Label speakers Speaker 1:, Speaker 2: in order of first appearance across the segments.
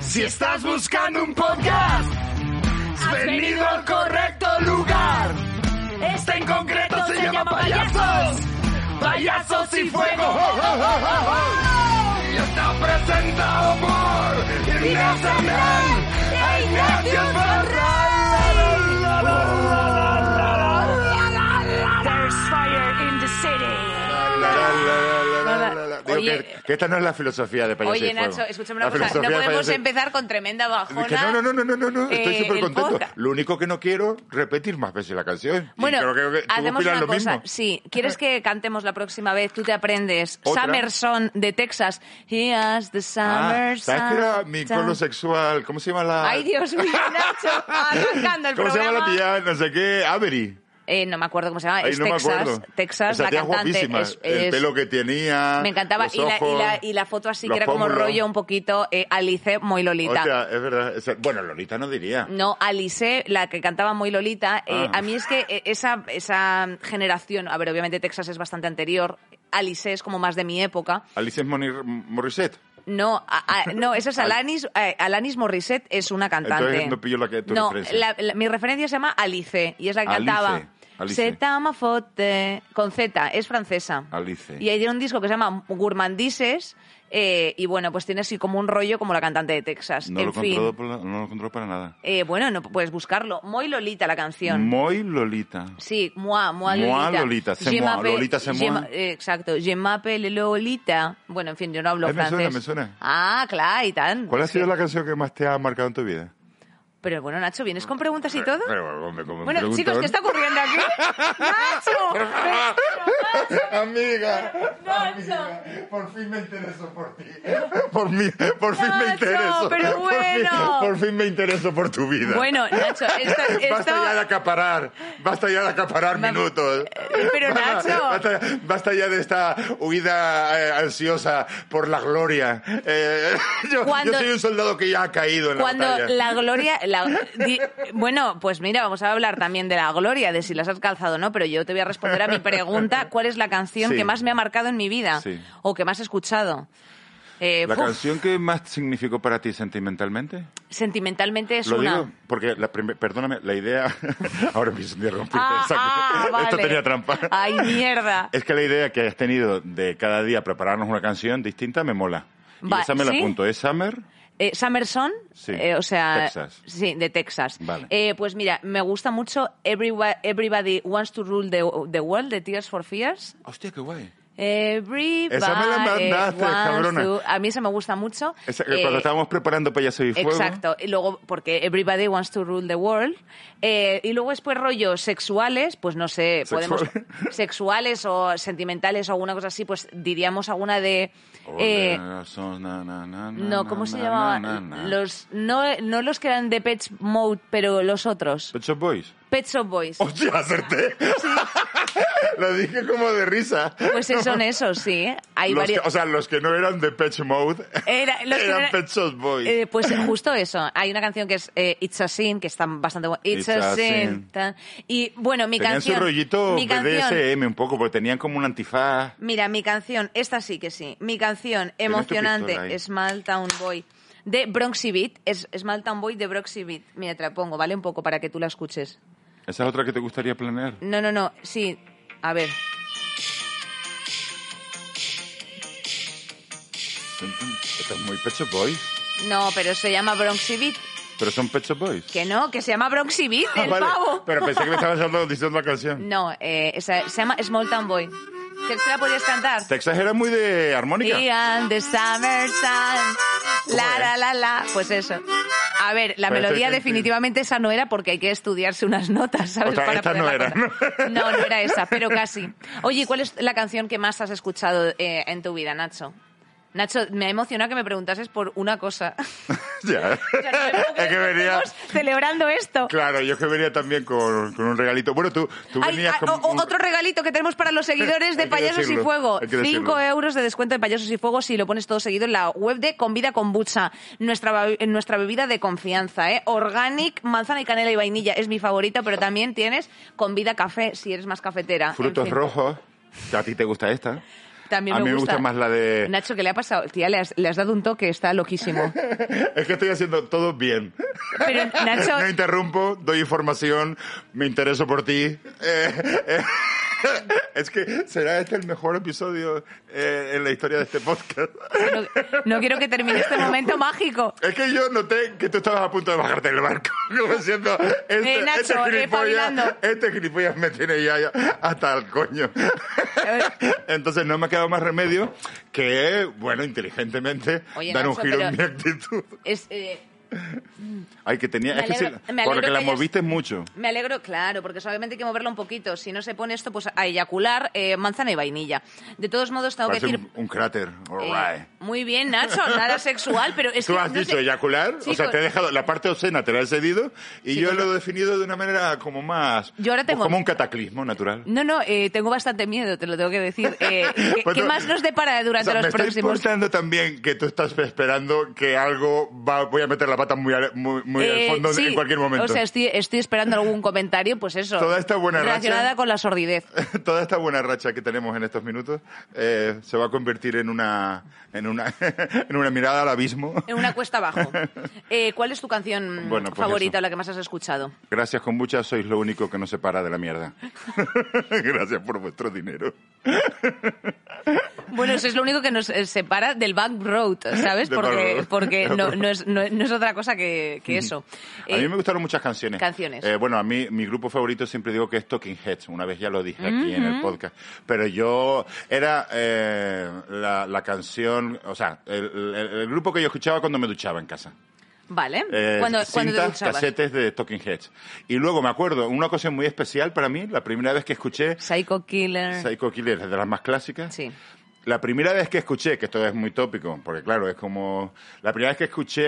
Speaker 1: Si estás buscando un podcast, has venido al correcto lugar. Este en concreto se, llama Payasos. Payasos y Fuego. Y está presentado por Inés Hernán e Ignacio
Speaker 2: There's fire in the city.
Speaker 1: Ferrer. Digo
Speaker 3: Oye.
Speaker 1: que, que esta no es la filosofía de Payasos
Speaker 3: Oye,
Speaker 1: y Fuego.
Speaker 3: Nacho, escúchame una
Speaker 1: La
Speaker 3: cosa. No
Speaker 1: filosofía de
Speaker 3: podemos
Speaker 1: Payasos y-
Speaker 3: empezar con tremenda bajona.
Speaker 1: Que no, no, no, no, no, no, no, estoy
Speaker 3: eh,
Speaker 1: súper
Speaker 3: el
Speaker 1: contento.
Speaker 3: podcast.
Speaker 1: Lo único que no quiero repetir más veces la canción. Y
Speaker 3: Bueno,
Speaker 1: creo que tú
Speaker 3: hacemos
Speaker 1: opinas
Speaker 3: una
Speaker 1: lo
Speaker 3: cosa.
Speaker 1: mismo.
Speaker 3: Sí, ¿quieres que cantemos la próxima vez? Tú te aprendes.
Speaker 1: ¿Otra?
Speaker 3: Summerson de Texas. Here's the
Speaker 1: Ah,
Speaker 3: summer
Speaker 1: ¿Sabes qué era mi
Speaker 3: sun-
Speaker 1: colo sexual? ¿Cómo se llama la...?
Speaker 3: Ay, Dios mío, Nacho. Arrancando el
Speaker 1: ¿Cómo se llama la
Speaker 3: programa.
Speaker 1: tía? No sé qué, Avery.
Speaker 3: Eh, no me acuerdo cómo se llama.
Speaker 1: Ay,
Speaker 3: es
Speaker 1: no
Speaker 3: Texas.
Speaker 1: me acuerdo.
Speaker 3: Texas,
Speaker 1: Esa
Speaker 3: la
Speaker 1: tía
Speaker 3: cantante.
Speaker 1: guapísima.
Speaker 3: es-
Speaker 1: El
Speaker 3: es-
Speaker 1: pelo que tenía.
Speaker 3: Me encantaba.
Speaker 1: los
Speaker 3: Y la, y
Speaker 1: ojos,
Speaker 3: la- y la foto así
Speaker 1: los
Speaker 3: que era como
Speaker 1: pómulos.
Speaker 3: rollo un poquito eh, Alice muy Lolita.
Speaker 1: O sea, es verdad. es- bueno, Lolita no diría.
Speaker 3: No, Alice, la que cantaba muy Lolita. eh,
Speaker 1: Ah.
Speaker 3: A mí es que eh, esa, esa generación, a ver, obviamente Texas es bastante anterior. Alice es como más de mi época.
Speaker 1: Alice Moni- Morissette.
Speaker 3: No, a- a- no, esa es Alanis, eh, Alanis Morissette, es una cantante.
Speaker 1: Entonces no pillo la que- tu
Speaker 3: No,
Speaker 1: referencia.
Speaker 3: la- la- mi referencia se llama Alice y es la que
Speaker 1: Alice,
Speaker 3: cantaba.
Speaker 1: Alice.
Speaker 3: C'est un ma faute, con Z, es francesa.
Speaker 1: Alice.
Speaker 3: Y ahí tiene un disco que se llama Gourmandises eh, y bueno, pues tiene así como un rollo como la cantante de Texas.
Speaker 1: No
Speaker 3: en
Speaker 1: lo,
Speaker 3: fin.
Speaker 1: controlo por la- no lo controlo para nada.
Speaker 3: Eh, bueno, no puedes buscarlo. Muy Lolita la canción.
Speaker 1: Muy Lolita.
Speaker 3: Sí, moi, moi
Speaker 1: Moi,
Speaker 3: Lolita.
Speaker 1: Lolita, c'est
Speaker 3: Je
Speaker 1: moi.
Speaker 3: m'appelle-
Speaker 1: Lolita, c'est
Speaker 3: je
Speaker 1: moi.
Speaker 3: m'a- eh, Exacto, je m'appelle Lolita. Bueno, en fin, yo no hablo
Speaker 1: Ay, me
Speaker 3: francés.
Speaker 1: suena, me suena.
Speaker 3: Ah, claro, y tan.
Speaker 1: ¿Cuál ha
Speaker 3: Es que-
Speaker 1: sido la canción que más te ha marcado en tu vida?
Speaker 3: Pero bueno, Nacho, ¿vienes con preguntas y todo?
Speaker 1: Pero, hombre, como
Speaker 3: Bueno,
Speaker 1: preguntón.
Speaker 3: chicos, ¿qué está ocurriendo aquí? ¡Nacho!
Speaker 1: Amiga, amiga, por fin me intereso por ti. Por, mí, por fin me
Speaker 3: Nacho,
Speaker 1: intereso.
Speaker 3: pero
Speaker 1: Por fin-
Speaker 3: bueno.
Speaker 1: Por fin, me intereso por tu vida.
Speaker 3: Bueno, Nacho, esto...
Speaker 1: Basta
Speaker 3: esto-
Speaker 1: ya de acaparar, basta ya de acaparar
Speaker 3: Va-
Speaker 1: minutos.
Speaker 3: Pero, Nacho.
Speaker 1: Basta, basta ya de esta huida eh, ansiosa por la gloria. Eh, yo, yo
Speaker 3: Cuando-
Speaker 1: soy un soldado que ya ha caído en
Speaker 3: Cuando
Speaker 1: la batalla.
Speaker 3: la gloria... la- di- bueno, pues mira, vamos a hablar también de la gloria, de si las has calzado o no, pero yo te voy a responder a mi pregunta, ¿cuál es la canción
Speaker 1: Sí.
Speaker 3: que más me ha marcado en mi vida?
Speaker 1: Sí.
Speaker 3: O que más he escuchado. Eh,
Speaker 1: ¿La
Speaker 3: puf,
Speaker 1: canción que más significó para ti sentimentalmente?
Speaker 3: Sentimentalmente es
Speaker 1: Lo
Speaker 3: una...
Speaker 1: digo porque, la primer- perdóname, la idea... Ahora empiezo a romperte
Speaker 3: Ah,
Speaker 1: el saco.
Speaker 3: ah,
Speaker 1: Esto
Speaker 3: vale.
Speaker 1: tenía trampa.
Speaker 3: Ay, mierda.
Speaker 1: Es que la idea que has tenido de cada día prepararnos una canción distinta me mola.
Speaker 3: Va-
Speaker 1: y esa me la
Speaker 3: ¿sí?
Speaker 1: apunto. ¿Es Summer?
Speaker 3: Eh, Summerson,
Speaker 1: Sí,
Speaker 3: eh, o sea,
Speaker 1: Texas.
Speaker 3: sí, de Texas.
Speaker 1: Vale.
Speaker 3: Eh, pues mira, me gusta mucho Everywa- Everybody Wants to Rule the, the World de Tears for Fears.
Speaker 1: Hostia, qué guay.
Speaker 3: Everybody
Speaker 1: Esa me la mandaste,
Speaker 3: wants
Speaker 1: cabrona.
Speaker 3: to- A mí esa me gusta mucho.
Speaker 1: Esa-
Speaker 3: Eh,
Speaker 1: cuando estábamos preparando Payaso y Fuego...
Speaker 3: Exacto, y luego porque Everybody Wants to Rule the World. Eh, y luego después rollos sexuales, pues no sé, podemos
Speaker 1: Sexual.
Speaker 3: sexuales o sentimentales o alguna cosa así, pues diríamos alguna de... eh, No, ¿cómo se llamaba? Los, no, no los que eran de Pet Mode, pero los otros.
Speaker 1: Pet Shop Boys.
Speaker 3: Pet Shop Boys.
Speaker 1: ¡Hostia, acerté! Lo dije como de risa.
Speaker 3: Pues son esos, sí. ¿eh? Hay
Speaker 1: Los
Speaker 3: varios.
Speaker 1: que- o sea, los que no eran de Patch Mode
Speaker 3: Era- los que
Speaker 1: eran
Speaker 3: eran-
Speaker 1: Pet Shop Boys.
Speaker 3: Eh, pues justo eso. Hay una canción que es eh, It's a Sin, que está bastante buena. It's, a, sin. Tan- Y bueno, mi
Speaker 1: tenían
Speaker 3: canción.
Speaker 1: su rollito
Speaker 3: mi canción.
Speaker 1: BDSM un poco, porque tenían como un antifaz.
Speaker 3: Mira, mi canción, esta sí que sí. Mi canción
Speaker 1: tu pistola
Speaker 3: emocionante,
Speaker 1: ahí.
Speaker 3: Small Town Boy, de Bronxy Beat. Es Small Town Boy de Bronxy Beat. Mira, te la pongo, ¿vale? Un poco para que tú la escuches.
Speaker 1: ¿Esa es otra que te gustaría planear?
Speaker 3: No, no, no, sí. A ver.
Speaker 1: Esto es muy Pet Shop Boys.
Speaker 3: No, pero se llama Bronxy Beat.
Speaker 1: Pero son Pet Shop Boys.
Speaker 3: Que no, que se llama Bronxy Beat,
Speaker 1: Ah,
Speaker 3: el
Speaker 1: vale.
Speaker 3: pavo.
Speaker 1: Pero pensé que me estabas hablando- diciendo la canción.
Speaker 3: No, eh, esa- se llama Small Town Boy. ¿Qué se la podías cantar?
Speaker 1: Texas era muy de armónica.
Speaker 3: Ian the summer sun. La,
Speaker 1: es? Pues
Speaker 3: la, la, la. Pues eso. A ver, la
Speaker 1: Parece
Speaker 3: melodía
Speaker 1: que-
Speaker 3: definitivamente esa no era porque hay que estudiarse unas notas, ¿sabes?
Speaker 1: O sea, esta no
Speaker 3: poderla
Speaker 1: era,
Speaker 3: cantar.
Speaker 1: ¿no?
Speaker 3: ¿no? no, era esa, pero casi. Oye, ¿cuál es la canción que más has escuchado eh, en tu vida, Nacho? Nacho, me ha emocionado que me preguntases por una cosa. O
Speaker 1: ya.
Speaker 3: sea, no me puedo creer
Speaker 1: es que venía.
Speaker 3: estemos celebrando esto.
Speaker 1: Claro, yo es que venía también con, con un regalito. Bueno, tú, tú
Speaker 3: Ay,
Speaker 1: venías
Speaker 3: ah,
Speaker 1: con.
Speaker 3: o- o-
Speaker 1: un-
Speaker 3: otro regalito que tenemos para los seguidores
Speaker 1: Hay
Speaker 3: de
Speaker 1: que
Speaker 3: Payasos
Speaker 1: decirlo,
Speaker 3: y Fuego.
Speaker 1: hay que decirlo.
Speaker 3: 5 euros de descuento en Payasos y Fuego si lo pones todo seguido en la web de Convida Kombucha, nuestra, ba- eh, nuestra bebida de confianza. ¿eh? Organic, manzana y canela y vainilla es mi favorita, pero también tienes Convida Café si eres más cafetera. En
Speaker 1: frutos
Speaker 3: fin,
Speaker 1: rojos. ¿A ti te gusta esta?
Speaker 3: También
Speaker 1: A mí me gusta más la de-
Speaker 3: Nacho, ¿qué le ha pasado? Tía, le has, le has dado un toque, está loquísimo.
Speaker 1: Es que estoy haciendo todo bien.
Speaker 3: Pero, Nacho,
Speaker 1: No interrumpo, doy información, me intereso por ti. Eh, eh, es que será este el mejor episodio eh, en la historia de este podcast.
Speaker 3: no, no quiero que termine este momento mágico.
Speaker 1: Es que yo noté que tú estabas a punto de bajarte del barco. Como diciendo, este,
Speaker 3: Eh, Nacho,
Speaker 1: este,
Speaker 3: eh,
Speaker 1: gilipollas,
Speaker 3: espabilando.
Speaker 1: este gilipollas me tiene ya, ya hasta el coño. Entonces no me ha quedado más remedio que, bueno, inteligentemente
Speaker 3: Oye,
Speaker 1: dar un
Speaker 3: Nacho,
Speaker 1: giro en mi
Speaker 3: pero-
Speaker 1: actitud.
Speaker 3: Es, eh,
Speaker 1: Ay, que tenía...
Speaker 3: Me
Speaker 1: es que
Speaker 3: alegro-
Speaker 1: sí,
Speaker 3: me alegro
Speaker 1: porque
Speaker 3: que
Speaker 1: la
Speaker 3: hayas-
Speaker 1: moviste mucho.
Speaker 3: Me alegro, claro, porque solamente hay que moverlo un poquito. Si no se pone esto, pues a eyacular eh, manzana y vainilla. De todos modos, tengo
Speaker 1: Parece
Speaker 3: que
Speaker 1: un,
Speaker 3: decir...
Speaker 1: un cráter. All
Speaker 3: eh,
Speaker 1: right.
Speaker 3: muy bien, Nacho, nada sexual, pero es
Speaker 1: Tú
Speaker 3: que
Speaker 1: has
Speaker 3: no
Speaker 1: dicho
Speaker 3: sé-
Speaker 1: eyacular, o sea,
Speaker 3: Chicos,
Speaker 1: te he dejado la parte obscena, te la he cedido, y yo
Speaker 3: Chicos,
Speaker 1: lo he definido de una manera como más...
Speaker 3: Yo ahora
Speaker 1: pues
Speaker 3: tengo-
Speaker 1: Como un cataclismo natural.
Speaker 3: No, no, eh, tengo bastante miedo, te lo tengo que decir. Eh, ¿qué,
Speaker 1: Pues
Speaker 3: qué
Speaker 1: no-
Speaker 3: más nos depara durante
Speaker 1: O sea,
Speaker 3: los
Speaker 1: me está
Speaker 3: próximos?
Speaker 1: importando también que tú estás esperando que algo va, voy a meter la pata muy al, muy, muy
Speaker 3: Eh,
Speaker 1: al fondo
Speaker 3: sí,
Speaker 1: en cualquier momento.
Speaker 3: O sea, estoy, estoy esperando algún comentario, pues eso.
Speaker 1: Toda esta buena
Speaker 3: Relacionada
Speaker 1: racha-
Speaker 3: con la sordidez.
Speaker 1: Toda esta buena racha que tenemos en estos minutos eh, se va a convertir en una en una en una mirada al abismo.
Speaker 3: En una cuesta abajo. Eh, ¿Cuál es tu canción
Speaker 1: Bueno, pues
Speaker 3: favorita
Speaker 1: eso.
Speaker 3: o la que más has escuchado?
Speaker 1: Gracias con muchas, sois lo único que nos separa de la mierda. Gracias por vuestro dinero.
Speaker 3: Bueno, eso es lo único que nos eh, separa del back road, ¿sabes?
Speaker 1: Del back
Speaker 3: Porque,
Speaker 1: road.
Speaker 3: porque no, no es, no- no es otra cosa que, que eso.
Speaker 1: a mí
Speaker 3: Eh,
Speaker 1: me gustaron muchas canciones.
Speaker 3: canciones.
Speaker 1: Eh, bueno, a mí mi grupo favorito siempre digo que es Talking Heads. Una vez ya lo dije aquí en el podcast. Pero yo era eh, la, la canción, o sea, el, el- el grupo que yo escuchaba cuando me duchaba en casa.
Speaker 3: Vale.
Speaker 1: Eh,
Speaker 3: cuando, cuando te
Speaker 1: cintas,
Speaker 3: duchabas.
Speaker 1: casetes de Talking Heads. Y luego me acuerdo, una ocasión muy especial para mí, la primera vez que escuché
Speaker 3: Psycho Killer.
Speaker 1: Psycho Killer, es de las más clásicas.
Speaker 3: Sí.
Speaker 1: La primera vez que escuché, que esto es muy tópico, porque claro, es como... La primera vez que escuché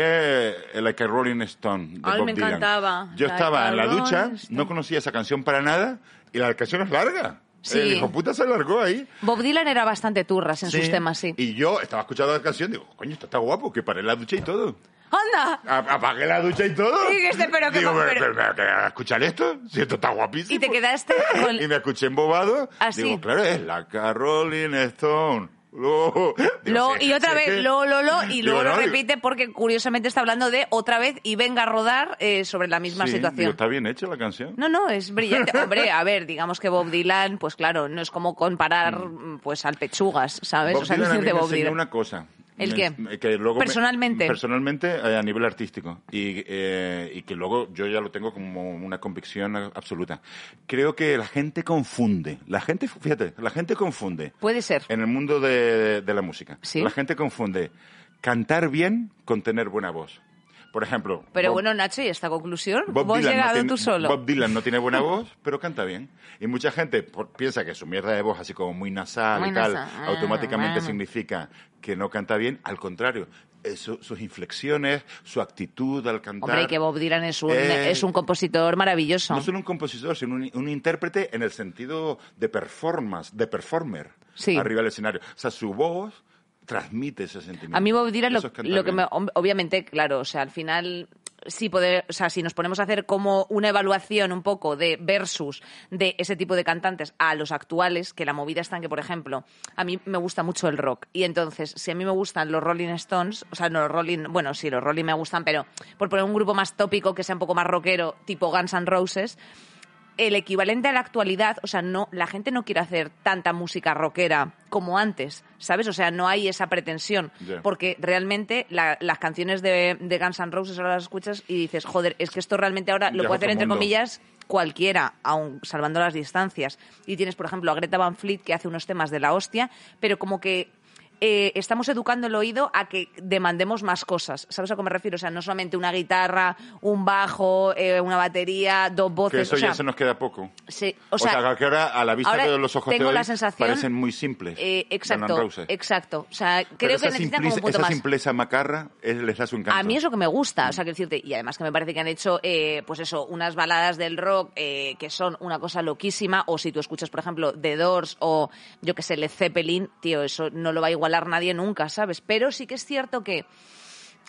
Speaker 1: eh, Like a Rolling Stone de
Speaker 3: Ay,
Speaker 1: Bob
Speaker 3: me
Speaker 1: Dylan.
Speaker 3: encantaba.
Speaker 1: Yo
Speaker 3: Like
Speaker 1: estaba
Speaker 3: a
Speaker 1: en la
Speaker 3: Rolling
Speaker 1: ducha,
Speaker 3: Stone.
Speaker 1: no conocía esa canción para nada, y la canción es larga.
Speaker 3: Sí.
Speaker 1: El hijo puta se largó ahí.
Speaker 3: Bob Dylan era bastante turras en sus temas, sí.
Speaker 1: Y yo estaba escuchando la canción, digo, coño, esto está guapo, que paré en la ducha y todo.
Speaker 3: ¡Anda!
Speaker 1: A- Apagué la ducha y todo.
Speaker 3: Sí, que este, pero que-
Speaker 1: Digo,
Speaker 3: pero-
Speaker 1: pero, pero, pero, ¿a escuchar esto? Si esto está guapísimo.
Speaker 3: Y te quedaste con-
Speaker 1: pues- Y me escuché embobado.
Speaker 3: Así.
Speaker 1: Digo, claro, es la Caroline Stone. Lo- Digo,
Speaker 3: Lo-
Speaker 1: sí,
Speaker 3: y otra
Speaker 1: sí, es
Speaker 3: vez,
Speaker 1: que-
Speaker 3: lo, lo, lo, y
Speaker 1: Digo,
Speaker 3: luego lo
Speaker 1: no, digo,
Speaker 3: repite porque curiosamente está hablando de otra vez y venga a rodar eh, sobre la misma
Speaker 1: sí, digo,
Speaker 3: situación.
Speaker 1: está bien hecha la canción.
Speaker 3: No, no, es brillante. Hombre, a ver, digamos que Bob Dylan, pues claro, no es como comparar pues al Pechugas, ¿sabes?
Speaker 1: Mm. Bob
Speaker 3: o sea,
Speaker 1: Dylan a
Speaker 3: no es
Speaker 1: mí
Speaker 3: de
Speaker 1: me
Speaker 3: Bob
Speaker 1: enseñó
Speaker 3: Dylan.
Speaker 1: una cosa.
Speaker 3: ¿El
Speaker 1: Me-
Speaker 3: qué?
Speaker 1: que luego me-
Speaker 3: Personalmente.
Speaker 1: personalmente, eh, a nivel artístico. Y, eh, y que luego yo ya lo tengo como una convicción a- absoluta. Creo que la gente confunde. La gente, fíjate, la gente confunde.
Speaker 3: Puede ser.
Speaker 1: En el mundo de, de la música.
Speaker 3: Sí.
Speaker 1: La gente confunde cantar bien con tener buena voz. Por ejemplo.
Speaker 3: Pero
Speaker 1: Bob-
Speaker 3: bueno, Nacho, ¿y esta conclusión?
Speaker 1: Bob
Speaker 3: Vos
Speaker 1: Dylan no
Speaker 3: llegado
Speaker 1: tiene-
Speaker 3: tú solo.
Speaker 1: Bob Dylan no tiene buena voz, pero canta bien. Y mucha gente por- piensa que su mierda de voz, así como muy nasal
Speaker 3: Muy
Speaker 1: y tal,
Speaker 3: nasal. Ah,
Speaker 1: automáticamente
Speaker 3: bueno.
Speaker 1: significa que no canta bien. Al contrario, eso- sus inflexiones, su actitud al cantar.
Speaker 3: Hombre, y que Bob Dylan es un,
Speaker 1: Eh,
Speaker 3: es un compositor maravilloso.
Speaker 1: No solo un compositor, sino un, un intérprete en el sentido de performance, de performer,
Speaker 3: Sí.
Speaker 1: arriba del escenario. O sea, su voz transmite ese sentimiento.
Speaker 3: A mí Bob Dylan lo,
Speaker 1: Eso es cantar
Speaker 3: lo que
Speaker 1: bien.
Speaker 3: me, ob- obviamente, claro, o sea, al final sí poder, o sea, si nos ponemos a hacer como una evaluación un poco de versus de ese tipo de cantantes a los actuales, que la movida está en que, por ejemplo, a mí me gusta mucho el rock y entonces si a mí me gustan los Rolling Stones, o sea, no los Rolling, bueno, sí, los Rolling me gustan, pero por poner un grupo más tópico que sea un poco más rockero, tipo Guns N' Roses, el equivalente a la actualidad, o sea, no, la gente no quiere hacer tanta música rockera como antes, ¿sabes? O sea, no hay esa pretensión.
Speaker 1: Ya.
Speaker 3: Porque realmente la- las canciones de, de Guns N' Roses ahora las escuchas y dices, joder, es que esto realmente ahora
Speaker 1: Ya
Speaker 3: lo
Speaker 1: es
Speaker 3: puede hacer,
Speaker 1: otro
Speaker 3: entre
Speaker 1: mundo.
Speaker 3: comillas, cualquiera, aun salvando las distancias. Y tienes, por ejemplo, a Greta Van Fleet que hace unos temas de la hostia, pero como que eh, estamos educando el oído a que demandemos más cosas. ¿Sabes a qué me refiero? O sea, no solamente una guitarra, un bajo, eh, una batería, dos voces.
Speaker 1: Que eso
Speaker 3: o sea,
Speaker 1: ya se nos queda poco.
Speaker 3: sí,
Speaker 1: O sea, que ahora a la vista
Speaker 3: ahora
Speaker 1: de los ojos de
Speaker 3: tengo
Speaker 1: hoy,
Speaker 3: la sensación-
Speaker 1: parecen muy simples.
Speaker 3: eh,
Speaker 1: Guns N'
Speaker 3: exacto,
Speaker 1: Roses.
Speaker 3: exacto. O sea,
Speaker 1: Pero
Speaker 3: creo que
Speaker 1: esa
Speaker 3: necesitan
Speaker 1: simpliz-
Speaker 3: como un punto
Speaker 1: esa
Speaker 3: más.
Speaker 1: simpleza macarra es- les da su encanto. Mm.
Speaker 3: A mí es lo que me gusta, o sea, que decirte, y además que me parece que han hecho, eh, pues eso, unas baladas del rock eh, que son una cosa loquísima, o si tú escuchas, por ejemplo, The Doors o, yo que sé, Led Zeppelin, tío, eso no lo va a igualar nadie nunca, ¿sabes? Pero sí que es cierto que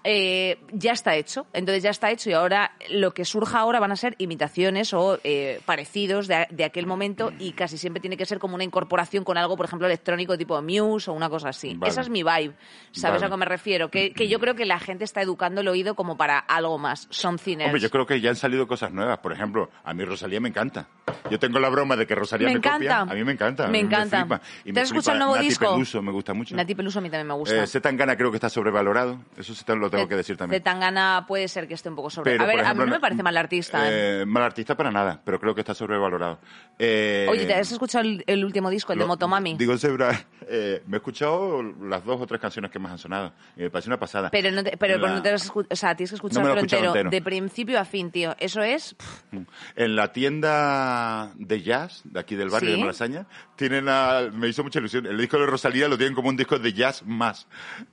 Speaker 3: eh, ya está hecho, entonces ya está hecho y ahora lo que surja ahora van a ser imitaciones o eh, parecidos de, a- de aquel momento y casi siempre tiene que ser como una incorporación con algo, por ejemplo, electrónico tipo Muse o una cosa así.
Speaker 1: Vale.
Speaker 3: Esa es mi vibe, ¿sabes
Speaker 1: Vale.
Speaker 3: a qué me refiero? Que, que yo creo que la gente está educando el oído como para algo más, something else.
Speaker 1: Hombre, yo creo que ya han salido cosas nuevas. Por ejemplo, a mí Rosalía me encanta. Yo tengo la broma de que Rosalía
Speaker 3: Me
Speaker 1: me,
Speaker 3: encanta.
Speaker 1: copia. A mí me encanta. a
Speaker 3: Me
Speaker 1: mí
Speaker 3: encanta.
Speaker 1: flipa. Y
Speaker 3: ¿Te
Speaker 1: me
Speaker 3: has escuchado
Speaker 1: flipa
Speaker 3: el nuevo
Speaker 1: Nati
Speaker 3: disco?
Speaker 1: Peluso, me gusta mucho.
Speaker 3: Nati Peluso a mí también me gusta.
Speaker 1: Eh, Zetangana creo que está sobrevalorado. Eso sí te lo tengo que decir también.
Speaker 3: De Tangana puede ser que esté un poco sobre...
Speaker 1: Pero,
Speaker 3: a ver, a
Speaker 1: por ejemplo,
Speaker 3: mí no me parece mal artista. ¿eh?
Speaker 1: Eh, mal artista para nada, pero creo que está sobrevalorado. Eh,
Speaker 3: Oye, ¿te has escuchado el, el último disco, el de
Speaker 1: lo-
Speaker 3: Motomami?
Speaker 1: Digo, Zebra, eh, me he escuchado las dos o tres canciones que más han sonado. Y me parece una pasada.
Speaker 3: Pero no te, pero
Speaker 1: La-
Speaker 3: no te lo has escu- o sea, tienes que
Speaker 1: No me
Speaker 3: escucharlo
Speaker 1: lo he escuchado
Speaker 3: entero,
Speaker 1: entero.
Speaker 3: de principio a fin, tío. Eso es pff,
Speaker 1: Mm. En la tienda de jazz de aquí del barrio
Speaker 3: Sí.
Speaker 1: de Malasaña, tienen a- me hizo mucha ilusión. El disco de Rosalía lo tienen como un disco de jazz más,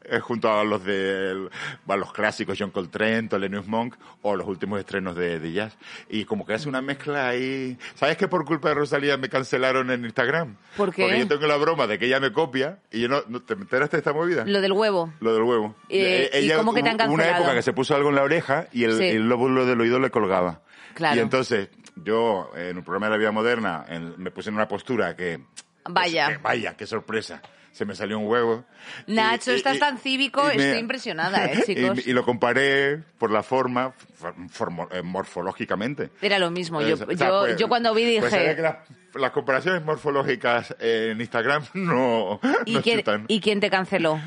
Speaker 1: eh, junto a los de a los clásicos John Coltrane, Thelonious Monk o los últimos estrenos de, de jazz. Y como que hace una mezcla ahí. ¿Sabes que por culpa de Rosalía me cancelaron en Instagram?
Speaker 3: ¿Por qué?
Speaker 1: Porque yo tengo la broma de que ella me copia y yo no, no- ¿te enteraste de esta movida?
Speaker 3: lo del huevo.
Speaker 1: Lo del huevo.
Speaker 3: Eh,
Speaker 1: Eh,
Speaker 3: ¿y cómo que te han
Speaker 1: hubo una
Speaker 3: cancelado?
Speaker 1: época que se puso algo en la oreja y el,
Speaker 3: Sí.
Speaker 1: el lóbulo del oído le colgaba.
Speaker 3: Claro.
Speaker 1: Y entonces yo, en un programa de la vida moderna, en- me puse en una postura que... pues,
Speaker 3: Vaya.
Speaker 1: que vaya, qué sorpresa. Se me salió un huevo.
Speaker 3: Nacho, estás tan cívico, estoy impresionada, eh,
Speaker 1: y-
Speaker 3: chicos.
Speaker 1: Y, lo comparé por la forma, for- formo- eh, morfológicamente.
Speaker 3: Era lo mismo. Yo,
Speaker 1: O sea,
Speaker 3: yo,
Speaker 1: pues,
Speaker 3: yo cuando vi dije...
Speaker 1: pues se ve que las, las comparaciones morfológicas en Instagram no,
Speaker 3: ¿y,
Speaker 1: no
Speaker 3: quién,
Speaker 1: chutan.
Speaker 3: ¿Y quién te canceló?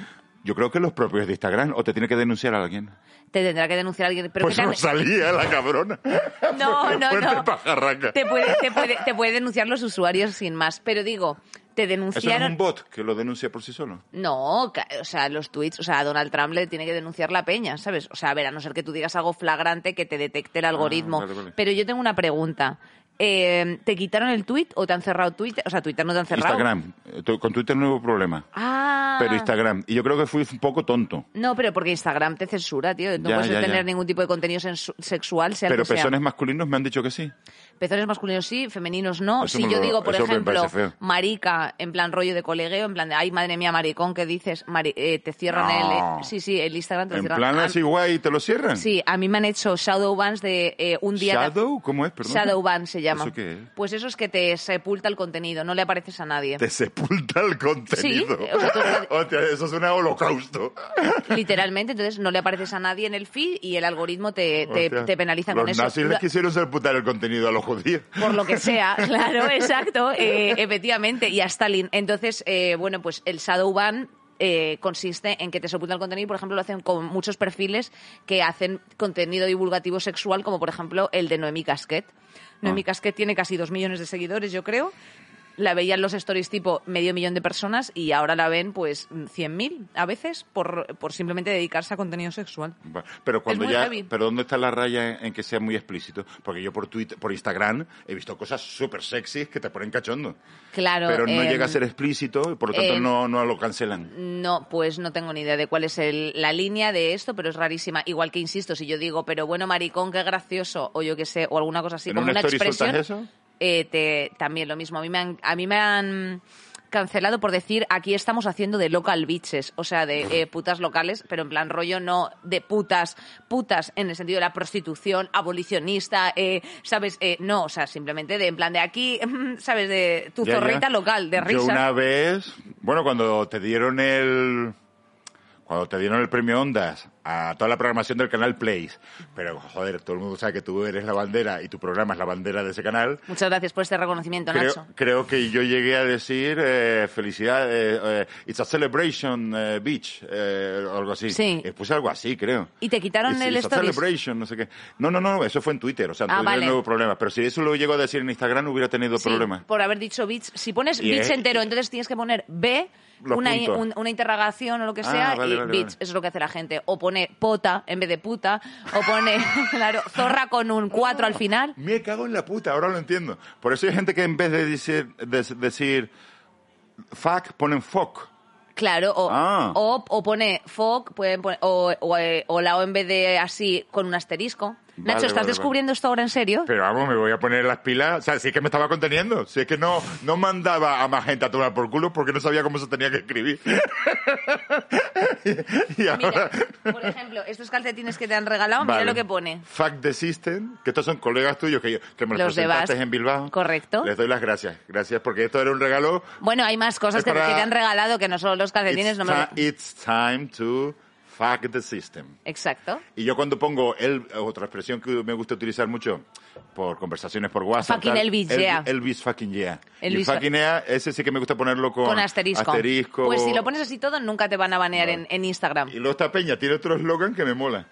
Speaker 1: Yo creo que los propios de Instagram, o te tiene que denunciar a alguien.
Speaker 3: Te tendrá que denunciar alguien. Pero
Speaker 1: pues
Speaker 3: ¿qué te han-
Speaker 1: no salía la cabrona.
Speaker 3: No,
Speaker 1: Fue-
Speaker 3: no,
Speaker 1: fue de
Speaker 3: no.
Speaker 1: pajarraca.
Speaker 3: Te puede, te, puede, te puede denunciar los usuarios sin más. Pero digo, te
Speaker 1: Eso no es un
Speaker 3: denunciaron...
Speaker 1: bot que lo denuncia por sí solo.
Speaker 3: No, ca- o sea, los tweets, o sea, a Donald Trump le tiene que denunciar la peña, ¿sabes? O sea, a ver, a no ser que tú digas algo flagrante que te detecte el
Speaker 1: Ah,
Speaker 3: algoritmo.
Speaker 1: vale, vale.
Speaker 3: Pero yo tengo una pregunta. Eh, ¿Te quitaron el tweet o te han cerrado Twitter? O sea, Twitter no te han cerrado.
Speaker 1: Instagram. Eh, tu- Con Twitter no hubo problema.
Speaker 3: Ah.
Speaker 1: Pero Instagram. Y yo creo que fui un poco tonto.
Speaker 3: No, pero porque Instagram te censura, tío. No
Speaker 1: Ya,
Speaker 3: puedes
Speaker 1: ya, ya.
Speaker 3: tener ningún tipo de contenido sensu- sexual, sea el
Speaker 1: Pero
Speaker 3: que sea.
Speaker 1: personas masculinos me han dicho que sí.
Speaker 3: Pezones masculinos sí, femeninos no.
Speaker 1: Eso
Speaker 3: si
Speaker 1: me
Speaker 3: yo
Speaker 1: lo-
Speaker 3: digo, por
Speaker 1: eso me
Speaker 3: ejemplo,
Speaker 1: parece feo.
Speaker 3: marica, en plan rollo de colegueo, en plan de, ay, madre mía, maricón, ¿qué dices? Mari- eh, te cierran
Speaker 1: No.
Speaker 3: el... Sí, sí, el Instagram te lo
Speaker 1: En
Speaker 3: cierran.
Speaker 1: plan
Speaker 3: A-
Speaker 1: así guay, ¿te lo cierran?
Speaker 3: Pues ah, Sí, a mí me han hecho shadow bans de eh, un día...
Speaker 1: ¿Shadow? ¿Cómo es? Perdón.
Speaker 3: Shadow ban se llama.
Speaker 1: ¿Eso qué es?
Speaker 3: Pues eso es que te sepulta el contenido, no le apareces a nadie.
Speaker 1: Te sepulta el contenido.
Speaker 3: Sí, o sea, tú estás-
Speaker 1: Hostia, eso es un holocausto.
Speaker 3: Literalmente, entonces no le apareces a nadie en el feed y el algoritmo te, te,
Speaker 1: Hostia,
Speaker 3: te penaliza
Speaker 1: los
Speaker 3: con eso.
Speaker 1: nazis
Speaker 3: Lo-
Speaker 1: les quisieron sepultar el contenido a los judíos.
Speaker 3: por lo que sea, claro, exacto, eh, efectivamente, y a Stalin. Entonces, eh, bueno, pues el shadow ban eh, consiste en que te sepultan el contenido y, por ejemplo, lo hacen con muchos perfiles que hacen contenido divulgativo sexual, como por ejemplo el de Noemí Casquet. Noemí Casquet tiene casi dos millones de seguidores, yo creo. La veían los stories tipo medio millón de personas y ahora la ven pues 100.000 a veces por, por simplemente dedicarse a contenido sexual.
Speaker 1: Va, Pero cuando
Speaker 3: muy
Speaker 1: ya,
Speaker 3: heavy.
Speaker 1: pero dónde está la raya en, en que sea muy explícito, porque yo por Twitter, por Instagram he visto cosas súper sexys que te ponen cachondo.
Speaker 3: Claro,
Speaker 1: Pero no
Speaker 3: em,
Speaker 1: llega a ser explícito y por lo tanto
Speaker 3: em,
Speaker 1: no, no lo cancelan.
Speaker 3: No, pues no tengo ni idea de cuál es el- la línea de esto, pero es rarísima. Igual que insisto, si yo digo, pero bueno, maricón, qué gracioso, o yo qué sé, o alguna cosa así,
Speaker 1: ¿En
Speaker 3: como
Speaker 1: una
Speaker 3: una
Speaker 1: story
Speaker 3: expresión.
Speaker 1: sueltas eso?
Speaker 3: eh, te- también lo mismo. A mí me han, a mí me han cancelado por decir aquí estamos haciendo de local bitches, o sea, de eh, putas locales, pero en plan rollo no de putas, putas en el sentido de la prostitución, abolicionista, eh, ¿sabes? Eh, no, o sea, simplemente de en plan de aquí, ¿sabes? De tu
Speaker 1: Ya, ya.
Speaker 3: zorrita local, de risa.
Speaker 1: Yo una vez, bueno, cuando te dieron el cuando te dieron el premio Ondas a toda la programación del canal Plays, pero joder, todo el mundo sabe que tú eres la bandera y tu programa es la bandera de ese canal.
Speaker 3: Muchas gracias por este reconocimiento, Nacho.
Speaker 1: Creo, creo que yo llegué a decir eh, felicidad, eh, eh, it's a celebration eh, beach, eh, o algo así.
Speaker 3: Sí.
Speaker 1: Eh, puse algo así, creo.
Speaker 3: ¿Y te quitaron
Speaker 1: It's-
Speaker 3: el
Speaker 1: it's a
Speaker 3: stories?
Speaker 1: celebration, no sé qué. No, no, no, eso fue en Twitter, o sea, en
Speaker 3: Ah,
Speaker 1: Twitter
Speaker 3: vale.
Speaker 1: no hubo problemas. Pero si eso lo llego a decir en Instagram hubiera tenido
Speaker 3: Sí,
Speaker 1: problemas.
Speaker 3: por haber dicho bits. Si pones
Speaker 1: Y
Speaker 3: bits
Speaker 1: es-
Speaker 3: entero, entonces tienes que poner B
Speaker 1: los
Speaker 3: una,
Speaker 1: puntos.
Speaker 3: un- una interrogación o lo que
Speaker 1: Ah,
Speaker 3: sea
Speaker 1: vale,
Speaker 3: y
Speaker 1: vale,
Speaker 3: bitch.
Speaker 1: vale.
Speaker 3: Eso es lo que hace la gente. O pone pota en vez de puta. O pone, claro, zorra con un 4 al final.
Speaker 1: Me cago en la puta, ahora lo entiendo. Por eso hay gente que en vez de decir, de- decir fuck, ponen fuck.
Speaker 3: Claro, o,
Speaker 1: Ah.
Speaker 3: o, o pone FOC, pueden poner- o, o, eh, o la O en vez de así con un asterisco.
Speaker 1: Vale,
Speaker 3: Nacho, ¿estás
Speaker 1: vale,
Speaker 3: descubriendo esto ahora en serio?
Speaker 1: Pero vamos, me voy a poner las pilas. O sea, si es que me estaba conteniendo. Si es que no, no mandaba a más gente a tomar por culo porque no sabía cómo se tenía que escribir. y, y
Speaker 3: Mira,
Speaker 1: ahora...
Speaker 3: por ejemplo, estos calcetines que te han regalado,
Speaker 1: Vale.
Speaker 3: mira lo que pone.
Speaker 1: Fact the System, que estos son colegas tuyos que, yo- que me los,
Speaker 3: Los de
Speaker 1: presentaste
Speaker 3: Basque.
Speaker 1: en Bilbao.
Speaker 3: Correcto.
Speaker 1: Les doy las gracias. Gracias porque esto era un regalo.
Speaker 3: Bueno, hay más
Speaker 1: Es
Speaker 3: cosas que,
Speaker 1: para-
Speaker 3: que te han regalado que no solo los calcetines.
Speaker 1: It's,
Speaker 3: No me...
Speaker 1: ti- it's time to fuck the system.
Speaker 3: Exacto.
Speaker 1: Y yo cuando pongo el, otra expresión que me gusta utilizar mucho por conversaciones por WhatsApp.
Speaker 3: Fucking
Speaker 1: tal,
Speaker 3: Elvis,
Speaker 1: El-
Speaker 3: yeah.
Speaker 1: Elvis fucking yeah.
Speaker 3: Elvis
Speaker 1: y fucking yeah, ese sí que me gusta ponerlo con,
Speaker 3: Con asterisco.
Speaker 1: asterisco.
Speaker 3: Pues si lo pones así todo, nunca te van a banear en, en Instagram.
Speaker 1: Y luego esta peña tiene otro eslogan que me mola.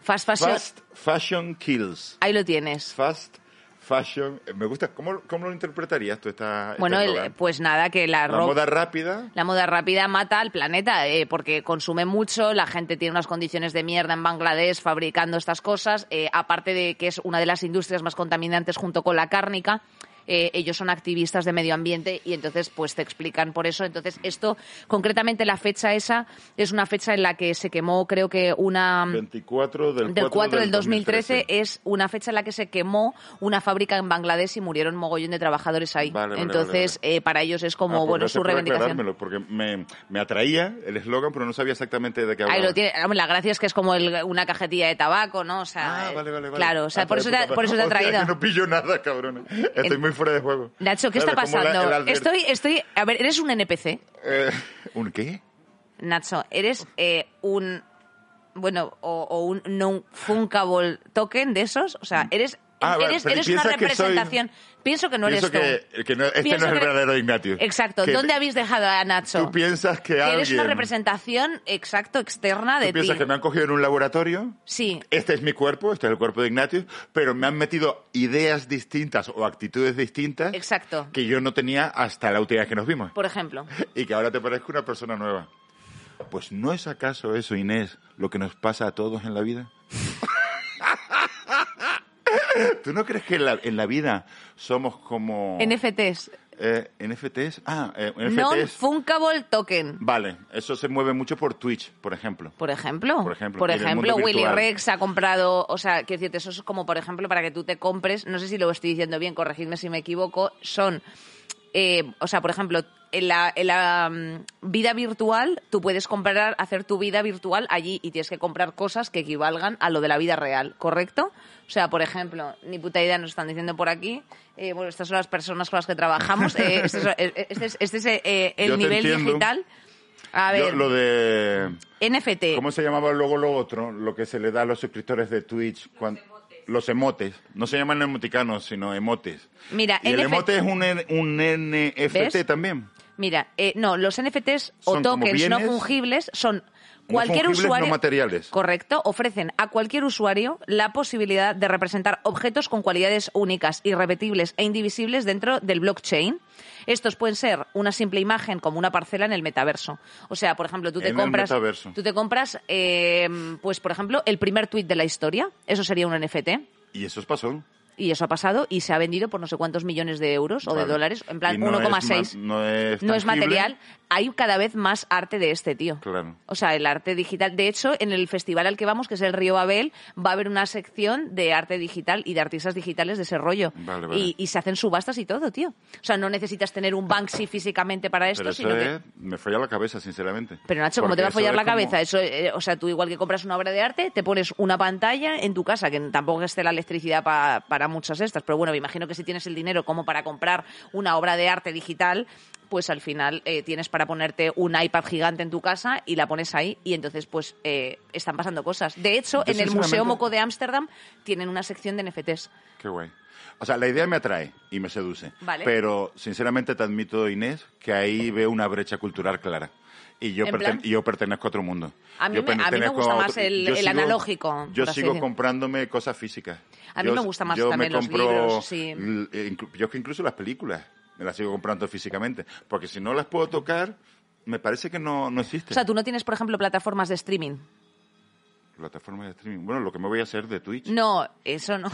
Speaker 3: Fast fashion.
Speaker 1: Fast fashion kills.
Speaker 3: Ahí lo tienes.
Speaker 1: Fast fashion. eh, Me gusta. ¿Cómo, cómo lo interpretarías tú esta este
Speaker 3: Bueno, el-
Speaker 1: eslogan?
Speaker 3: pues nada, que la,
Speaker 1: La
Speaker 3: ropa-
Speaker 1: moda rápida.
Speaker 3: La moda rápida mata al planeta eh, porque consume mucho, la gente tiene unas condiciones de mierda en Bangladesh fabricando estas cosas, eh, aparte de que es una de las industrias más contaminantes junto con la cárnica. eh, ellos son activistas de medio ambiente y entonces pues te explican por eso. Entonces esto, concretamente la fecha esa, es una fecha en la que se quemó creo que una...
Speaker 1: 24 del,
Speaker 3: Mm. Del 4 del 2013, es una fecha en la que se quemó una fábrica en Bangladesh y murieron mogollón de trabajadores ahí.
Speaker 1: Vale, vale,
Speaker 3: Entonces,
Speaker 1: vale,
Speaker 3: eh, para ellos es como,
Speaker 1: Ah, pues
Speaker 3: bueno,
Speaker 1: gracias
Speaker 3: su
Speaker 1: por
Speaker 3: reivindicación.
Speaker 1: aclarármelo, Porque me, me atraía el eslogan, pero no sabía exactamente de qué hablaba.
Speaker 3: Ahí lo tiene. Hombre, La gracia es que es como el- una cajetilla de tabaco, ¿no? O sea,
Speaker 1: Ah, vale, vale, vale.
Speaker 3: Claro, o sea,
Speaker 1: Ah,
Speaker 3: por,
Speaker 1: de
Speaker 3: eso te,
Speaker 1: puta
Speaker 3: por eso te ha
Speaker 1: madre. Hostia,
Speaker 3: traído.
Speaker 1: que no pillo nada, cabrón. Estoy
Speaker 3: En-
Speaker 1: muy fuera de juego.
Speaker 3: Nacho, ¿qué
Speaker 1: Claro,
Speaker 3: está
Speaker 1: como la-
Speaker 3: pasando?
Speaker 1: el adver-
Speaker 3: estoy, estoy. A ver, eres un NPC,
Speaker 1: Eh, ¿Un qué?
Speaker 3: Nacho. Eres eh, un. Bueno, o, o un non-funcable token de esos. O sea, eres.
Speaker 1: Ah, vale,
Speaker 3: eres
Speaker 1: pero
Speaker 3: eres una
Speaker 1: piensas que soy-
Speaker 3: representación. Pienso que no
Speaker 1: Pienso
Speaker 3: eres tú.
Speaker 1: que, que no- este
Speaker 3: Pienso
Speaker 1: no es el
Speaker 3: que-
Speaker 1: verdadero Ignatius.
Speaker 3: Exacto.
Speaker 1: Que
Speaker 3: ¿Dónde habéis dejado a Nacho?
Speaker 1: Tú piensas que,
Speaker 3: Que
Speaker 1: alguien...
Speaker 3: eres una representación exacto externa de
Speaker 1: Tú piensas
Speaker 3: ti.
Speaker 1: que me han cogido en un laboratorio...
Speaker 3: Sí.
Speaker 1: Este es mi cuerpo, este es el cuerpo de Ignatius, pero me han metido ideas distintas o actitudes distintas
Speaker 3: Exacto.
Speaker 1: que yo no tenía hasta la última vez que nos vimos.
Speaker 3: Por ejemplo.
Speaker 1: y que ahora te parezca una persona nueva. Pues no es acaso eso, Inés, lo que nos pasa a todos en la vida. ¿Tú no crees que en la, en la vida somos como...
Speaker 3: NFTs.
Speaker 1: eh, NFTs. Ah, eh, NFTs.
Speaker 3: Non-funcable token.
Speaker 1: vale, eso se mueve mucho por Twitch, por ejemplo.
Speaker 3: Por ejemplo,
Speaker 1: Por ejemplo,
Speaker 3: por
Speaker 1: y en el
Speaker 3: ejemplo,
Speaker 1: mundo
Speaker 3: Willy
Speaker 1: virtual.
Speaker 3: Rex ha comprado, o sea, quiero decirte, eso es como, por ejemplo, para que tú te compres, no sé si lo estoy diciendo bien, corregidme si me equivoco, son, eh, o sea, por ejemplo, en la, en la, mm, vida virtual tú puedes comprar, hacer tu vida virtual allí y tienes que comprar cosas que equivalgan a lo de la vida real, ¿correcto? O sea, por ejemplo, ni puta idea nos están diciendo por aquí, eh, bueno, estas son las personas con las que trabajamos, eh, este, es, eh, este es- este es, eh, el
Speaker 1: Yo te
Speaker 3: nivel
Speaker 1: entiendo.
Speaker 3: digital. A ver,
Speaker 1: Yo, lo de...
Speaker 3: NFT.
Speaker 1: ¿Cómo se llamaba luego lo otro? Lo que se le da a los suscriptores de Twitch. cuan- Los emotes. No se llaman emoticanos, sino emotes.
Speaker 3: Mira,
Speaker 1: y el
Speaker 3: NF
Speaker 1: emote es un, N- un NFT
Speaker 3: ¿Ves?
Speaker 1: también.
Speaker 3: Mira, eh, no, los NFTs o
Speaker 1: Son como
Speaker 3: tokens no
Speaker 1: bienes
Speaker 3: fungibles son cualquier
Speaker 1: fungibles, no
Speaker 3: usuario
Speaker 1: materiales.
Speaker 3: Correcto, ofrecen a cualquier usuario la posibilidad de representar objetos con cualidades únicas, irrepetibles e indivisibles dentro del blockchain. Estos pueden ser una simple imagen como una parcela en el metaverso. O sea, por ejemplo, tú te
Speaker 1: En el
Speaker 3: compras
Speaker 1: metaverso.
Speaker 3: tú te compras eh, pues por ejemplo, el primer tuit de la historia, eso sería un NFT.
Speaker 1: Y eso es pasó.
Speaker 3: Y eso ha pasado y se ha vendido por no sé cuántos millones de euros o
Speaker 1: Vale.
Speaker 3: de dólares, en
Speaker 1: Y
Speaker 3: plan
Speaker 1: no es
Speaker 3: 1,6.
Speaker 1: ma- no es
Speaker 3: No es
Speaker 1: tangible.
Speaker 3: material. Hay cada vez más arte de este tío.
Speaker 1: Claro.
Speaker 3: O sea, el arte digital. De hecho, en el festival al que vamos, que es el Río Abel, va a haber una sección de arte digital y de artistas digitales de ese rollo.
Speaker 1: Vale, vale.
Speaker 3: Y, y se hacen subastas y todo, tío. O sea, no necesitas tener un Banksy físicamente para esto,
Speaker 1: Pero eso
Speaker 3: sino que...
Speaker 1: es- me folla la cabeza, sinceramente.
Speaker 3: Pero Nacho, ¿cómo
Speaker 1: Porque
Speaker 3: te va a
Speaker 1: eso
Speaker 3: follar
Speaker 1: es
Speaker 3: la
Speaker 1: como-
Speaker 3: cabeza? Eso, eh, o sea, tú igual que compras una obra de arte, te pones una pantalla en tu casa, que tampoco esté la electricidad pa- para muchas estas, pero bueno, me imagino que si tienes el dinero como para comprar una obra de arte digital, pues al final eh, tienes para ponerte un iPad gigante en tu casa y la pones ahí y entonces pues eh, están pasando cosas. De hecho,
Speaker 1: Yo,
Speaker 3: en el Museo
Speaker 1: sinceramente-
Speaker 3: Moco de Ámsterdam tienen una sección de NFTs.
Speaker 1: Qué guay. O sea, la idea me atrae y me seduce.
Speaker 3: Vale.
Speaker 1: Pero, sinceramente, te admito, Inés, que ahí veo una brecha cultural clara. Y yo,
Speaker 3: ¿En
Speaker 1: perten-
Speaker 3: plan?
Speaker 1: y yo pertenezco a otro mundo.
Speaker 3: A mí
Speaker 1: Yo
Speaker 3: me- a mí me
Speaker 1: pertenezco
Speaker 3: gusta
Speaker 1: a
Speaker 3: más el-
Speaker 1: yo
Speaker 3: el analógico,
Speaker 1: Yo
Speaker 3: por así
Speaker 1: sigo
Speaker 3: decir.
Speaker 1: comprándome cosas físicas.
Speaker 3: A mí
Speaker 1: Yo-
Speaker 3: me gusta más
Speaker 1: yo
Speaker 3: también
Speaker 1: me
Speaker 3: los
Speaker 1: compro
Speaker 3: libros, sí.
Speaker 1: l- eh, inclu- Yo es que incluso las películas me las sigo comprando físicamente. Porque si no las puedo tocar, me parece que no, no existe.
Speaker 3: O sea, tú no tienes, por ejemplo, plataformas de streaming.
Speaker 1: Plataformas de streaming. Bueno, lo que me voy a hacer de Twitch.
Speaker 3: No, eso no.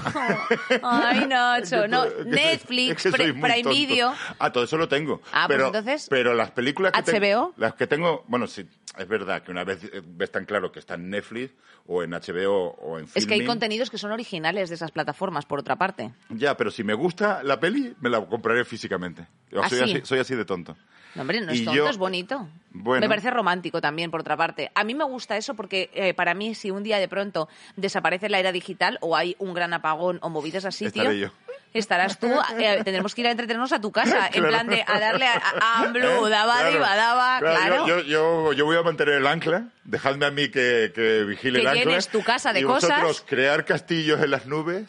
Speaker 3: Ay, Nacho, no.
Speaker 1: Es que soy-
Speaker 3: Netflix,
Speaker 1: es que soy
Speaker 3: Pre-
Speaker 1: muy
Speaker 3: Prime
Speaker 1: tonto.
Speaker 3: Video.
Speaker 1: Ah, todo eso lo tengo.
Speaker 3: Ah, pues
Speaker 1: pero,
Speaker 3: entonces,
Speaker 1: Pero las películas que
Speaker 3: HBO.
Speaker 1: tengo. Las que tengo. Bueno, sí, es verdad que una vez eh, ves tan claro que está en Netflix o en HBO o en
Speaker 3: Es que hay
Speaker 1: Filmin.
Speaker 3: contenidos que son originales de esas plataformas, por otra parte.
Speaker 1: Ya, pero si me gusta la peli, me la compraré físicamente. Yo
Speaker 3: ¿Ah,
Speaker 1: soy,
Speaker 3: sí?
Speaker 1: así, soy así de tonto.
Speaker 3: No, hombre, no es
Speaker 1: Y
Speaker 3: tonto,
Speaker 1: yo-
Speaker 3: es bonito.
Speaker 1: Bueno.
Speaker 3: Me parece romántico también, por otra parte. A mí me gusta eso porque eh, para mí, si un día de pronto desaparece la era digital o hay un gran apagón o movidas así,
Speaker 1: Estaré
Speaker 3: tío,
Speaker 1: yo.
Speaker 3: Estarás tú, eh, tendremos que ir a entretenernos a tu casa, en
Speaker 1: Claro.
Speaker 3: plan de a darle a, a Amblu,
Speaker 1: ¿Eh?
Speaker 3: daba,
Speaker 1: Claro.
Speaker 3: diva, daba,
Speaker 1: Claro,
Speaker 3: claro.
Speaker 1: Yo, yo, yo- yo voy a mantener el ancla. Dejadme a mí que, que vigile
Speaker 3: Que
Speaker 1: el ancla.
Speaker 3: llenes tu casa de
Speaker 1: y vosotros
Speaker 3: cosas.
Speaker 1: crear castillos en las nubes.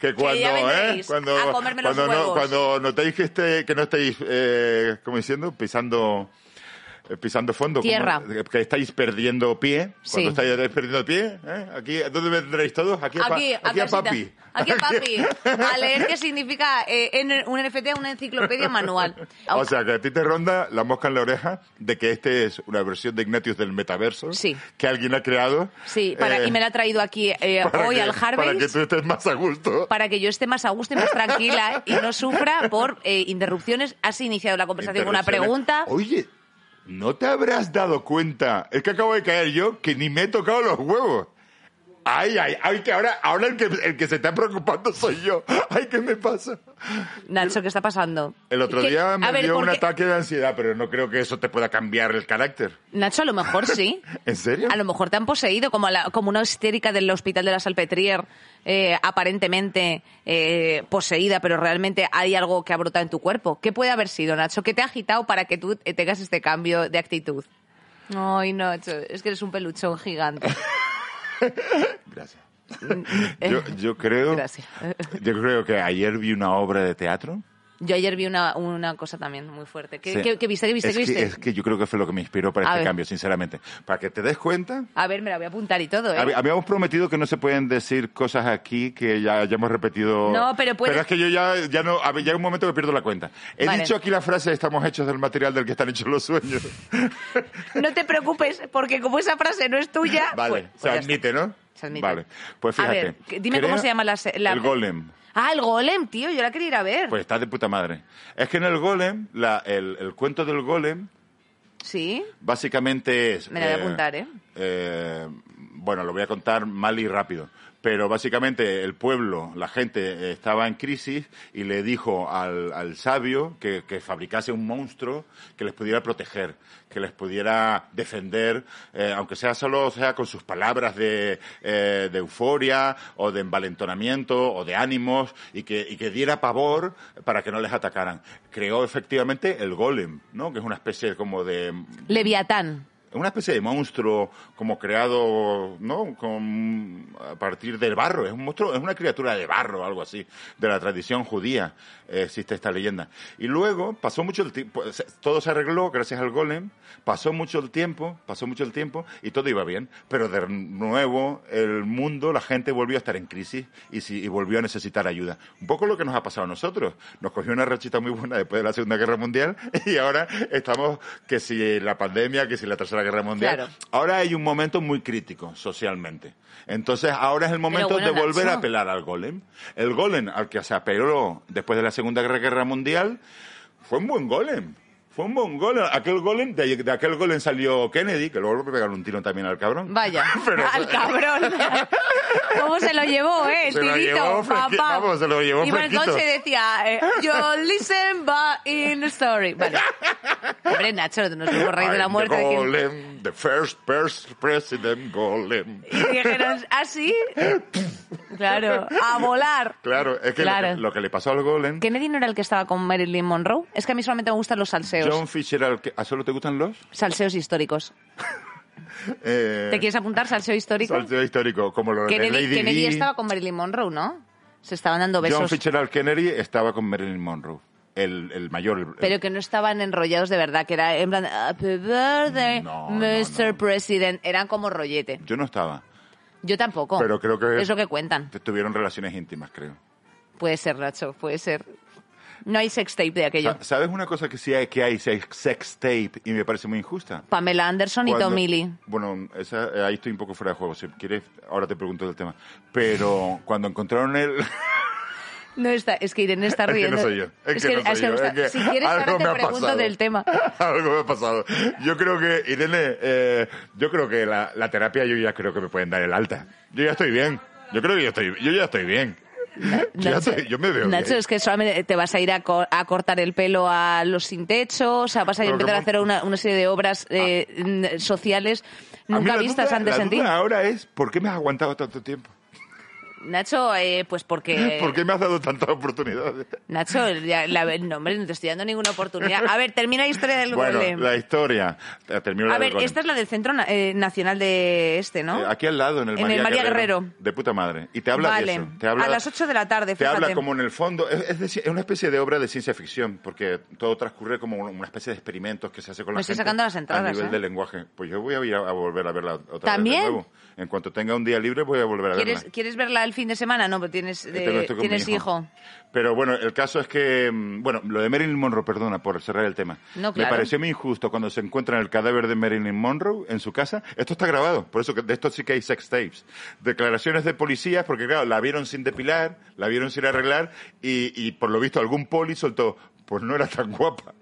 Speaker 1: Que cuando,
Speaker 3: ya
Speaker 1: ¿eh?
Speaker 3: vendréis
Speaker 1: cuando,
Speaker 3: a comerme los
Speaker 1: cuando, no,
Speaker 3: huevos.
Speaker 1: cuando notéis que, esté, que no estáis, eh, como diciendo, pisando. eh, Pisando fondo, como-
Speaker 3: Tierra.
Speaker 1: que estáis perdiendo pie.
Speaker 3: Sí.
Speaker 1: Cuando estáis perdiendo pie, ¿eh? aquí, ¿dónde vendréis todos? Aquí, a pa-
Speaker 3: Aquí,
Speaker 1: aquí a
Speaker 3: casita.
Speaker 1: papi.
Speaker 3: Aquí a papi. A leer qué significa eh, en un NFT, una enciclopedia manual.
Speaker 1: O sea, que a ti te ronda la mosca en la oreja de que este es una versión de Ignatius del metaverso
Speaker 3: Sí.
Speaker 1: que alguien ha creado.
Speaker 3: sí, para,
Speaker 1: eh,
Speaker 3: y me la ha traído aquí eh,
Speaker 1: para
Speaker 3: hoy
Speaker 1: que-
Speaker 3: al Harvey.
Speaker 1: Para que tú estés más a gusto.
Speaker 3: para que yo esté más a gusto y más tranquila y no sufra por eh, interrupciones. Has iniciado la conversación con una
Speaker 1: Interrupciones.
Speaker 3: pregunta.
Speaker 1: Oye, ¿no te habrás dado cuenta? Es que acabo de caer yo que ni me he tocado los huevos. Ay, ay, ay, que ahora, ahora el, que, el que se está preocupando soy yo. Ay, ¿qué me pasa?
Speaker 3: Nacho, ¿qué está pasando?
Speaker 1: El otro
Speaker 3: Que-
Speaker 1: día
Speaker 3: a
Speaker 1: me
Speaker 3: ver,
Speaker 1: dio un
Speaker 3: porque-
Speaker 1: ataque de ansiedad, pero no creo que eso te pueda cambiar el carácter.
Speaker 3: Nacho, a lo mejor sí.
Speaker 1: ¿En serio?
Speaker 3: A lo mejor te han poseído como, a la- como una histérica del Hospital de la Salpetrier, eh, aparentemente eh, poseída, pero realmente hay algo que ha brotado en tu cuerpo. ¿Qué puede haber sido, Nacho? ¿Qué te ha agitado para que tú eh, tengas este cambio de actitud? Ay, Nacho, es que eres un peluchón gigante.
Speaker 1: Gracias.
Speaker 3: Mm,
Speaker 1: Yo, yo creo.
Speaker 3: Eh, Gracias.
Speaker 1: Yo creo que ayer vi una obra de teatro.
Speaker 3: Yo ayer vi una, una cosa también muy fuerte. ¿Qué,
Speaker 1: Sí.
Speaker 3: qué- qué viste? ¿Qué viste?
Speaker 1: es
Speaker 3: ¿Qué viste?
Speaker 1: Que, es que yo creo que fue lo que me inspiró para
Speaker 3: A
Speaker 1: este
Speaker 3: ver.
Speaker 1: cambio, sinceramente. Para que te des cuenta.
Speaker 3: A ver, me la voy a apuntar y todo, ¿eh?
Speaker 1: habi- Habíamos prometido que no se pueden decir cosas aquí que ya hayamos repetido.
Speaker 3: No, pero puedes-
Speaker 1: Pero es que yo ya, ya no. a ver, Llega un momento que pierdo la cuenta. He
Speaker 3: Vale.
Speaker 1: dicho aquí la frase: estamos hechos del material del que están hechos los sueños.
Speaker 3: No te preocupes, porque como esa frase no es tuya...
Speaker 1: vale.
Speaker 3: pues- pues ya
Speaker 1: se
Speaker 3: está.
Speaker 1: admite, ¿no?
Speaker 3: Se admite.
Speaker 1: Vale. Pues
Speaker 3: A
Speaker 1: fíjate.
Speaker 3: ver, que- dime cómo
Speaker 1: crea
Speaker 3: se llama la se- la-
Speaker 1: El golem.
Speaker 3: Ah, el golem, tío, yo la quería ir a ver.
Speaker 1: Pues está de puta madre. Es que en el golem, la- el- el cuento del golem
Speaker 3: Sí.
Speaker 1: Básicamente es...
Speaker 3: Me la voy a apuntar, ¿eh?
Speaker 1: eh, bueno, lo voy a contar mal y rápido. Pero básicamente el pueblo, la gente eh, estaba en crisis y le dijo al, al sabio que, que fabricase un monstruo que les pudiera proteger, que les pudiera defender, eh, aunque sea solo sea con sus palabras de, eh, de euforia o de envalentonamiento o de ánimos y que, y que diera pavor para que no les atacaran. Creó efectivamente el golem, ¿no? Que es una especie como de
Speaker 3: Leviatán.
Speaker 1: una especie de monstruo como creado, ¿no? Con, a partir del barro. Es un monstruo, es una criatura de barro, algo así. De la tradición judía eh, existe esta leyenda. Y luego pasó mucho el tiempo, se- todo se arregló gracias al golem. Pasó mucho el tiempo, pasó mucho el tiempo y todo iba bien. Pero de nuevo el mundo, la gente volvió a estar en crisis y, si- y volvió a necesitar ayuda. Un poco lo que nos ha pasado a nosotros. Nos cogió una rachita muy buena después de la Segunda Guerra Mundial y ahora estamos que si la pandemia, que si la Tercera Guerra Mundial.
Speaker 3: Claro.
Speaker 1: Ahora hay un momento muy crítico socialmente. Entonces ahora es el momento
Speaker 3: bueno,
Speaker 1: de volver
Speaker 3: Nacho.
Speaker 1: a apelar al golem. El golem al que se apeló después de la Segunda Guerra- Guerra Mundial fue un buen golem. Fue un buen golem. Aquel golem, de, de aquel golem salió Kennedy, que luego le pegaron un tiro también al cabrón.
Speaker 3: Vaya,
Speaker 1: Pero-
Speaker 3: al cabrón. ¿Cómo se lo llevó, eh? El
Speaker 1: Se lo
Speaker 3: tirito,
Speaker 1: llevó fresqui-
Speaker 3: papá.
Speaker 1: vamos, se lo llevó
Speaker 3: Y Marcón
Speaker 1: fresquito.
Speaker 3: se decía, eh, yo listen but in the story. Vale. Hombre, Nacho, no nos hemos reído de la
Speaker 1: I'm
Speaker 3: muerte.
Speaker 1: The
Speaker 3: de quien-
Speaker 1: golem, the first pers- president golem.
Speaker 3: Y dijeron, así. Claro, a volar.
Speaker 1: Claro, es que, lo
Speaker 3: Claro.
Speaker 1: que- Lo, que, le pasó al golem...
Speaker 3: Kennedy no era el que estaba con Marilyn Monroe. Es que a mí solamente me gustan los salseos.
Speaker 1: John Fisher, al que- ¿a solo te gustan los?
Speaker 3: Salseos históricos.
Speaker 1: Eh,
Speaker 3: ¿Te quieres apuntar salseo histórico?
Speaker 1: Salseo histórico, como lo de
Speaker 3: Kennedy,
Speaker 1: Lady
Speaker 3: Kennedy
Speaker 1: Di.
Speaker 3: estaba con Marilyn Monroe, ¿no? Se estaban dando
Speaker 1: John
Speaker 3: besos.
Speaker 1: Fitzgerald Kennedy estaba con Marilyn Monroe, el, el mayor. el-
Speaker 3: Pero que no estaban enrollados de verdad, que era en plan, Happy birthday,
Speaker 1: No, no,
Speaker 3: Mr.
Speaker 1: no.
Speaker 3: President. Eran como rollete.
Speaker 1: Yo no estaba.
Speaker 3: Yo tampoco.
Speaker 1: Pero creo que-
Speaker 3: Es lo que cuentan.
Speaker 1: Tuvieron relaciones íntimas, creo.
Speaker 3: Puede ser, Nacho, puede ser. No hay sex tape de aquello.
Speaker 1: Sa- Ah, ¿Sabes una cosa que sí hay, que hay sex, sex tape y me parece muy injusta?
Speaker 3: Pamela Anderson y
Speaker 1: Cuando-
Speaker 3: Tommy Lee.
Speaker 1: Bueno, esa, eh, ahí estoy un poco fuera de juego. Si quieres, ahora te pregunto del tema. Pero cuando encontraron el...
Speaker 3: No está, es que Irene está
Speaker 1: Es que
Speaker 3: riendo.
Speaker 1: no soy yo. Es que no soy
Speaker 3: me
Speaker 1: yo,
Speaker 3: gusta-
Speaker 1: es que
Speaker 3: si quieres,
Speaker 1: algo
Speaker 3: ahora te
Speaker 1: me ha
Speaker 3: pregunto
Speaker 1: pasado.
Speaker 3: del tema.
Speaker 1: Algo me ha pasado. Yo creo que, Irene, eh, yo creo que la, la terapia yo ya creo que me pueden dar el alta. Yo ya estoy bien. Yo creo que yo estoy, yo ya estoy bien. Yo, ya estoy- yo me veo
Speaker 3: Nacho,
Speaker 1: bien.
Speaker 3: es que solamente te vas a ir a, co- a cortar el pelo a los sin techo, o sea, vas a ir a
Speaker 1: Pero
Speaker 3: empezar a
Speaker 1: como- Ah.
Speaker 3: hacer una, una serie de obras eh, n- sociales
Speaker 1: A mí
Speaker 3: nunca
Speaker 1: la
Speaker 3: vistas
Speaker 1: duda-
Speaker 3: antes
Speaker 1: la
Speaker 3: en ti.
Speaker 1: duda ahora es, ¿por qué me has aguantado tanto tiempo?
Speaker 3: Nacho, eh, pues porque...
Speaker 1: ¿Por qué me has dado tantas oportunidades?
Speaker 3: Nacho, ya- la- no, hombre, no te estoy dando ninguna oportunidad. A ver, termina la historia del
Speaker 1: Bueno,
Speaker 3: golem.
Speaker 1: la historia. Eh, Termino
Speaker 3: A
Speaker 1: la del
Speaker 3: ver,
Speaker 1: golem.
Speaker 3: esta es la del Centro Na- eh, Nacional de este, ¿no?
Speaker 1: Eh, Aquí al lado, en el,
Speaker 3: En el María Guerrero.
Speaker 1: De puta madre. Y te habla
Speaker 3: Vale.
Speaker 1: de eso. Te habla-
Speaker 3: A las ocho de la tarde,
Speaker 1: Te habla
Speaker 3: fíjate.
Speaker 1: como en el fondo. Es, es decir, es una especie de obra de ciencia ficción, porque todo transcurre como una especie de experimentos que se hace con
Speaker 3: Me
Speaker 1: la
Speaker 3: estoy
Speaker 1: gente
Speaker 3: sacando las entradas,
Speaker 1: A nivel
Speaker 3: ¿eh?
Speaker 1: del lenguaje. Pues yo voy a ir a, a volver a verla otra
Speaker 3: ¿También?
Speaker 1: vez. de nuevo. En cuanto tenga un día libre, voy a volver a
Speaker 3: ¿Quieres,
Speaker 1: verla.
Speaker 3: ¿Quieres verla el fin de semana? No, pero tienes,
Speaker 1: Este
Speaker 3: eh,
Speaker 1: no estoy con mi
Speaker 3: tienes hijo.
Speaker 1: Pero bueno, el caso es que, mm, bueno, lo de Marilyn Monroe, perdona por cerrar el tema.
Speaker 3: No,
Speaker 1: Me
Speaker 3: claro.
Speaker 1: pareció muy injusto cuando se encuentran el cadáver de Marilyn Monroe en su casa. Esto está grabado, por eso que de esto sí que hay sex tapes. Declaraciones de policías, porque claro, la vieron sin depilar, la vieron sin arreglar y, y por lo visto algún poli soltó, pues no era tan guapa.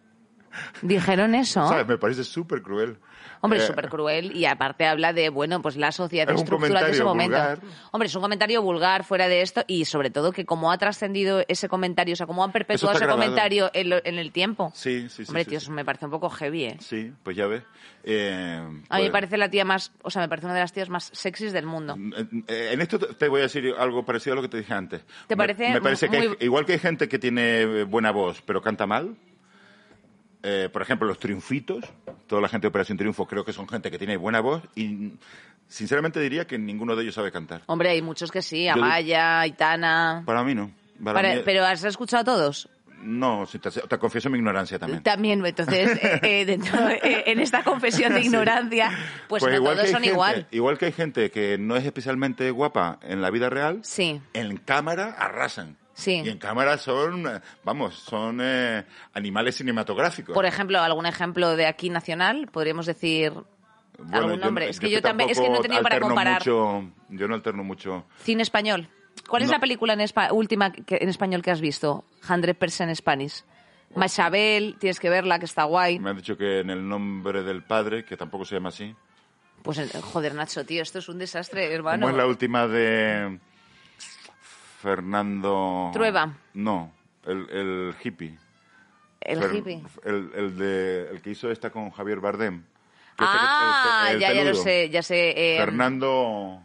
Speaker 3: Dijeron eso.
Speaker 1: ¿Sabes? Me parece súper cruel.
Speaker 3: Hombre,
Speaker 1: Eh,
Speaker 3: súper cruel y aparte habla de, bueno, pues la sociedad
Speaker 1: Es un
Speaker 3: estructural de ese momento.
Speaker 1: comentario
Speaker 3: Hombre, es un comentario vulgar fuera de esto y sobre todo que cómo ha trascendido ese comentario, o sea, cómo han perpetuado
Speaker 1: Eso
Speaker 3: ese
Speaker 1: está grabado.
Speaker 3: comentario en, lo- en el tiempo.
Speaker 1: Sí, sí, sí.
Speaker 3: Hombre,
Speaker 1: sí,
Speaker 3: tío,
Speaker 1: sí.
Speaker 3: eso me parece un poco heavy, ¿eh?
Speaker 1: Sí, pues ya ves. Eh,
Speaker 3: A mí me
Speaker 1: pues-
Speaker 3: parece la tía más, o sea, me parece una de las tías más sexys del mundo.
Speaker 1: En Eh, en esto te voy a decir algo parecido a lo que te dije antes.
Speaker 3: ¿Te
Speaker 1: Me-
Speaker 3: parece
Speaker 1: Me, parece que
Speaker 3: muy-
Speaker 1: hay- igual que hay gente que tiene eh, buena voz, pero canta mal. eh, por ejemplo, los triunfitos. Toda la gente de Operación Triunfo creo que son gente que tiene buena voz y sinceramente diría que ninguno de ellos sabe cantar.
Speaker 3: Hombre, hay muchos que sí,
Speaker 1: Yo di-
Speaker 3: Amaya, Aitana...
Speaker 1: Para mí no. Para
Speaker 3: Para-
Speaker 1: mí-
Speaker 3: pero ¿has escuchado a todos?
Speaker 1: No, si te, te confieso mi ignorancia también.
Speaker 3: También, entonces, eh, eh, dentro- eh, en esta confesión de ignorancia, pues, no
Speaker 1: que
Speaker 3: todos
Speaker 1: hay
Speaker 3: son
Speaker 1: gente-
Speaker 3: igual.
Speaker 1: Igual que hay gente que no es especialmente guapa en la vida real,
Speaker 3: Sí.
Speaker 1: en cámara arrasan.
Speaker 3: Sí.
Speaker 1: Y en cámara son, eh, vamos, son eh, animales cinematográficos.
Speaker 3: Por ejemplo, algún ejemplo de aquí nacional, podríamos decir
Speaker 1: Bueno,
Speaker 3: algún
Speaker 1: yo
Speaker 3: nombre.
Speaker 1: no-
Speaker 3: es que yo también, es que no
Speaker 1: tampoco
Speaker 3: he tenido para
Speaker 1: alterno
Speaker 3: comparar.
Speaker 1: mucho- yo no alterno mucho.
Speaker 3: Cine español. ¿Cuál es
Speaker 1: No.
Speaker 3: la película en espa- última que- en español que has visto? 100% Spanish. Machabel, tienes que verla, que está guay.
Speaker 1: Me han dicho que en el nombre del padre, que tampoco se llama así.
Speaker 3: Pues, eh, joder, Nacho, tío, esto es un desastre,
Speaker 1: ¿Cómo es la
Speaker 3: hermano.
Speaker 1: última de Fernando?
Speaker 3: Trueba.
Speaker 1: No, el, el hippie.
Speaker 3: El
Speaker 1: Fer-
Speaker 3: hippie.
Speaker 1: El, el de, el que hizo esta con Javier Bardem. Que es el-
Speaker 3: Ah,
Speaker 1: el- el
Speaker 3: ya, ya lo
Speaker 1: peludo.
Speaker 3: sé, ya sé. eh,
Speaker 1: Fernando.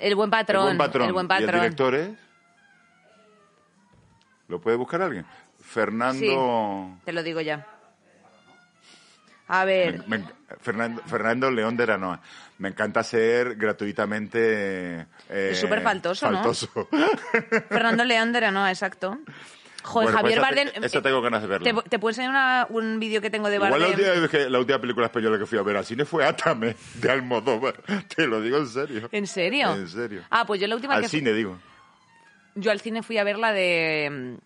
Speaker 3: el buen
Speaker 1: el
Speaker 3: patrón.
Speaker 1: buen patrón.
Speaker 3: El buen
Speaker 1: ¿Y el
Speaker 3: patrón.
Speaker 1: director es? ¿Lo puede buscar alguien?
Speaker 3: Sí,
Speaker 1: Fernando.
Speaker 3: te lo digo ya. A ver,
Speaker 1: Me- me- Fernando, Fernando León de Aranoa. Me encanta ser gratuitamente. eh,
Speaker 3: Es súper faltoso, ¿no?
Speaker 1: faltoso.
Speaker 3: Fernando Leandra, no, exacto. Joder,
Speaker 1: Bueno, pues
Speaker 3: Javier
Speaker 1: esa te-
Speaker 3: Bardem. eh,
Speaker 1: esa tengo ganas de verla.
Speaker 3: Te, te puedo enseñar una- un vídeo que tengo de
Speaker 1: Igual la
Speaker 3: Bardem.
Speaker 1: última, vez que- la última película española que fui a ver al cine fue Átame, de Almodóvar. Te lo digo en serio.
Speaker 3: ¿En serio?
Speaker 1: En serio.
Speaker 3: Ah, pues yo la última
Speaker 1: al
Speaker 3: que fu-
Speaker 1: cine, digo.
Speaker 3: yo al cine fui a ver la de mm,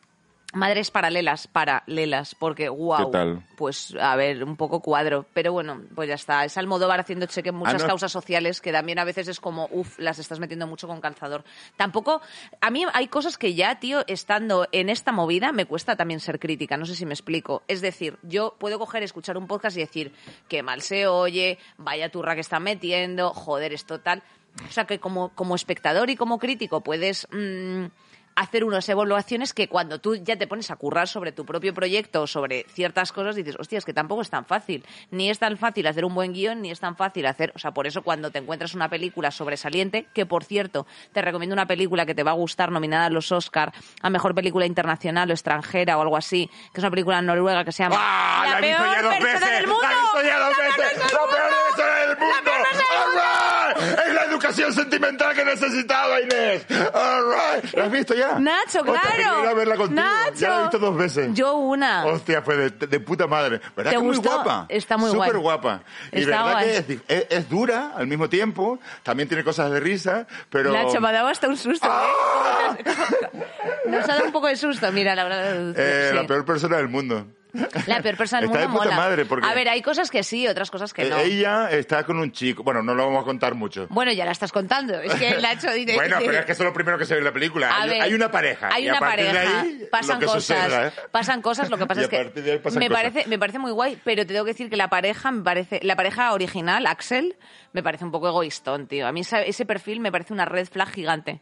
Speaker 3: Madres Paralelas, paralelas, porque wow.
Speaker 1: ¿Qué tal?
Speaker 3: Pues a ver, un poco cuadro, pero bueno, pues ya está. Es Almodóvar haciendo cheque en muchas
Speaker 1: no.
Speaker 3: causas sociales que también a veces es como, uff, las estás metiendo mucho con calzador. Tampoco, a mí hay cosas que ya, tío, estando en esta movida, me cuesta también ser crítica, no sé si me explico. Es decir, yo puedo coger, escuchar un podcast y decir, qué mal se oye, vaya turra que están metiendo, joder, es total. O sea, que como, como espectador y como crítico puedes... mm, hacer unas evaluaciones que cuando tú ya te pones a currar sobre tu propio proyecto o sobre ciertas cosas dices, hostia, es que tampoco es tan fácil. Ni es tan fácil hacer un buen guión, ni es tan fácil hacer... O sea, por eso cuando te encuentras una película sobresaliente, que por cierto, te recomiendo una película que te va a gustar, nominada a los Oscar a Mejor Película Internacional o Extranjera o algo así, que es una película noruega que se llama...
Speaker 1: ¡Ah! ¡La, he visto ya dos
Speaker 3: persona
Speaker 1: veces!
Speaker 3: del mundo!
Speaker 1: ¡La he visto ya dos
Speaker 3: ¡La peor
Speaker 1: veces!
Speaker 3: persona
Speaker 1: ¡La
Speaker 3: del
Speaker 1: peor
Speaker 3: mundo!
Speaker 1: persona del
Speaker 3: persona
Speaker 1: mundo!
Speaker 3: del
Speaker 1: ¡All right! Es la educación sentimental que necesitaba Inés. All right. ¿La has visto ya?
Speaker 3: Nacho,
Speaker 1: Hostia,
Speaker 3: claro.
Speaker 1: tenía que ir a verla contigo.
Speaker 3: Nacho.
Speaker 1: Ya la he visto dos veces.
Speaker 3: Yo una.
Speaker 1: Hostia, fue de, de puta madre. ¿Verdad
Speaker 3: ¿Te
Speaker 1: que
Speaker 3: gustó?
Speaker 1: muy guapa?
Speaker 3: Está muy guay.
Speaker 1: Súper guapa. Y
Speaker 3: Está
Speaker 1: verdad
Speaker 3: guay.
Speaker 1: que es, di- es- es dura al mismo tiempo. También tiene cosas de risa, pero...
Speaker 3: Nacho, me ha dado hasta un susto.
Speaker 1: ¡Ah!
Speaker 3: ¿eh? Nos ha dado un poco de susto, mira, la verdad.
Speaker 1: Eh,
Speaker 3: sí.
Speaker 1: La peor persona del mundo.
Speaker 3: La peor persona del
Speaker 1: Está de
Speaker 3: mundo
Speaker 1: puta
Speaker 3: mola.
Speaker 1: madre porque...
Speaker 3: A ver, hay cosas que sí, otras cosas que
Speaker 1: Eh,
Speaker 3: no.
Speaker 1: Ella está con un chico. Bueno, no lo vamos a contar mucho.
Speaker 3: Bueno, ya la estás contando. Es que Nacho dice...
Speaker 1: bueno, pero es que eso es lo primero que se ve en la película.
Speaker 3: A
Speaker 1: Hay,
Speaker 3: ver,
Speaker 1: hay una pareja.
Speaker 3: Hay
Speaker 1: y a
Speaker 3: una
Speaker 1: partir
Speaker 3: pareja.
Speaker 1: De ahí,
Speaker 3: pasan
Speaker 1: lo que
Speaker 3: cosas.
Speaker 1: suceda, ¿eh?
Speaker 3: Pasan cosas. Lo que pasa
Speaker 1: Y a
Speaker 3: es que
Speaker 1: partir de ahí pasan
Speaker 3: me
Speaker 1: cosas.
Speaker 3: parece me parece muy guay, pero te tengo que decir que la pareja me parece la pareja original Axel me parece un poco egoístón, tío. A mí esa- ese perfil me parece una red flag gigante.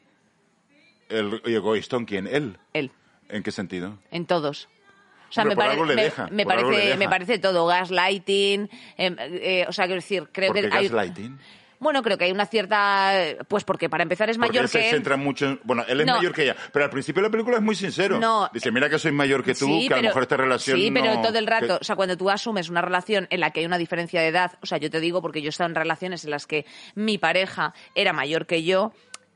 Speaker 1: El, ¿Y Egoistón quién? ¿Él?
Speaker 3: Él,
Speaker 1: ¿En qué sentido?
Speaker 3: en todos. O sea,
Speaker 1: Hombre, por
Speaker 3: me, pare-
Speaker 1: algo le
Speaker 3: me-
Speaker 1: deja,
Speaker 3: me
Speaker 1: por algo le
Speaker 3: parece
Speaker 1: deja.
Speaker 3: me parece todo gaslighting, em, eh, o sea, quiero decir, creo
Speaker 1: Porque
Speaker 3: que hay
Speaker 1: gaslighting.
Speaker 3: Bueno, creo que hay una cierta eh, pues porque para empezar es
Speaker 1: Porque
Speaker 3: mayor
Speaker 1: él se
Speaker 3: que él.
Speaker 1: centra mucho en- Bueno, él es
Speaker 3: No.
Speaker 1: mayor que ella. Pero al principio de la película es muy sincero.
Speaker 3: No.
Speaker 1: Dice, mira que soy mayor que tú,
Speaker 3: Sí,
Speaker 1: que a lo
Speaker 3: pero-
Speaker 1: mejor esta relación
Speaker 3: Sí, pero
Speaker 1: no-
Speaker 3: todo el rato,
Speaker 1: que-
Speaker 3: o sea, cuando tú asumes una relación en la que hay una diferencia de edad, o sea, yo te digo porque yo he estado en relaciones en las que mi pareja era mayor que yo,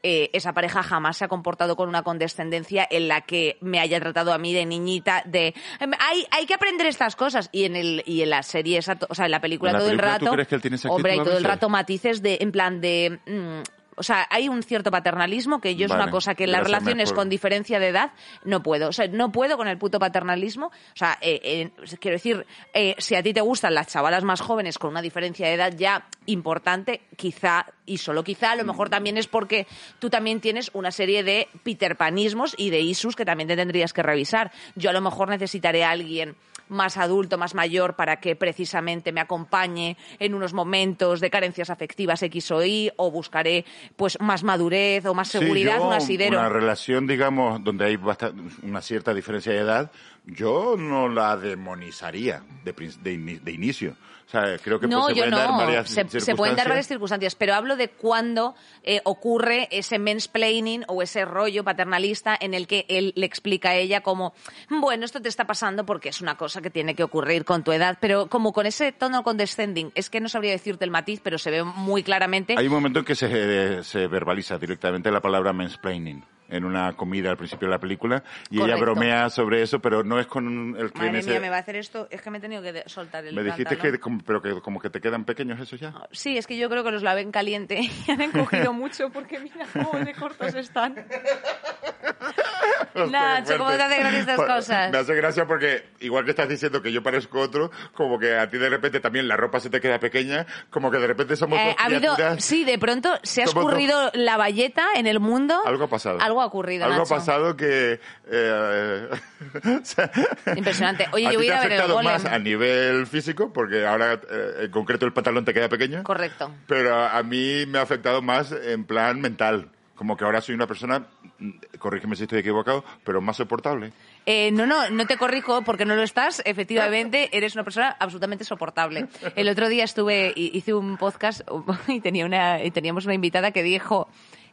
Speaker 3: eh, esa pareja jamás se ha comportado con una condescendencia en la que me haya tratado a mí de niñita, de "Em, hay, hay que aprender estas cosas. Y en el, y en la serie esa to- o sea, en la película
Speaker 1: ¿En la
Speaker 3: todo
Speaker 1: película
Speaker 3: el
Speaker 1: tú
Speaker 3: rato.
Speaker 1: crees que él tiene esa
Speaker 3: hombre, hay
Speaker 1: actitud a
Speaker 3: todo el
Speaker 1: veces?
Speaker 3: rato matices de, en plan de mm, o sea, hay un cierto paternalismo que yo es una
Speaker 1: Vale,
Speaker 3: cosa que en las
Speaker 1: gracias,
Speaker 3: relaciones
Speaker 1: mejor.
Speaker 3: con diferencia de edad no puedo. O sea, no puedo con el puto paternalismo. O sea, eh, eh, quiero decir, eh, si a ti te gustan las chavalas más jóvenes con una diferencia de edad ya importante, quizá, y solo quizá, a lo mejor también es porque tú también tienes una serie de peterpanismos y de isus que también te tendrías que revisar. Yo a lo mejor necesitaré a alguien más adulto, más mayor, para que precisamente me acompañe en unos momentos de carencias afectivas X o Y, o buscaré pues más madurez o más
Speaker 1: Sí,
Speaker 3: seguridad,
Speaker 1: yo,
Speaker 3: un asidero.
Speaker 1: Una relación, digamos, donde hay basta- una cierta diferencia de edad, yo no la demonizaría de, prin- de ini- de inicio. O sea, creo que pues,
Speaker 3: No,
Speaker 1: se
Speaker 3: yo
Speaker 1: pueden dar
Speaker 3: no.
Speaker 1: varias
Speaker 3: Se, se pueden dar
Speaker 1: circunstancias.
Speaker 3: varias circunstancias, pero hablo de cuando eh, ocurre ese mansplaining o ese rollo paternalista en el que él le explica a ella como, bueno, esto te está pasando porque es una cosa que tiene que ocurrir con tu edad, pero como con ese tono condescending. Es que no sabría decirte el matiz, pero se ve muy claramente.
Speaker 1: Hay un momento en que se, eh, se verbaliza directamente la palabra mansplaining en una comida al principio de la película y ella
Speaker 3: Correcto.
Speaker 1: bromea sobre eso, pero no es con el que en
Speaker 3: Madre
Speaker 1: ese-
Speaker 3: mía, me va a hacer esto. Es que me he tenido que de- soltar el
Speaker 1: Me dijiste
Speaker 3: pantalón.
Speaker 1: que, como- pero que como que te quedan pequeños esos ya.
Speaker 3: Sí, es que yo creo que los lavé en caliente y han encogido mucho porque mira cómo de cortos están.
Speaker 1: Hostia, qué
Speaker 3: Nacho, ¿cómo
Speaker 1: fuerte.
Speaker 3: te hace gracia estas
Speaker 1: Pa-
Speaker 3: cosas?
Speaker 1: Me hace gracia porque, igual que estás diciendo que yo parezco otro, como que a ti de repente también la ropa se te queda pequeña, como que de repente somos
Speaker 3: Eh,
Speaker 1: dos
Speaker 3: ha habido,
Speaker 1: criaturas.
Speaker 3: sí, de pronto se ha
Speaker 1: Somos dos-
Speaker 3: escurrido la valleta en el mundo.
Speaker 1: Algo ha pasado.
Speaker 3: Algo ha ocurrido.
Speaker 1: Algo
Speaker 3: Nacho.
Speaker 1: ha pasado que... eh, o sea,
Speaker 3: Impresionante. Oye,
Speaker 1: a
Speaker 3: yo voy
Speaker 1: ti te
Speaker 3: a
Speaker 1: ha
Speaker 3: ver el
Speaker 1: afectado
Speaker 3: golem.
Speaker 1: más a nivel físico, porque ahora eh, en concreto el pantalón te queda pequeño.
Speaker 3: Correcto.
Speaker 1: Pero a a mí me ha afectado más en plan mental. Como que ahora soy una persona, mm, corrígeme si estoy equivocado, pero más soportable.
Speaker 3: Eh, no, no, no te corrijo porque no lo estás. Efectivamente, eres una persona absolutamente soportable. El otro día estuve, hi- hice un podcast y, tenía una, y teníamos una invitada que dijo,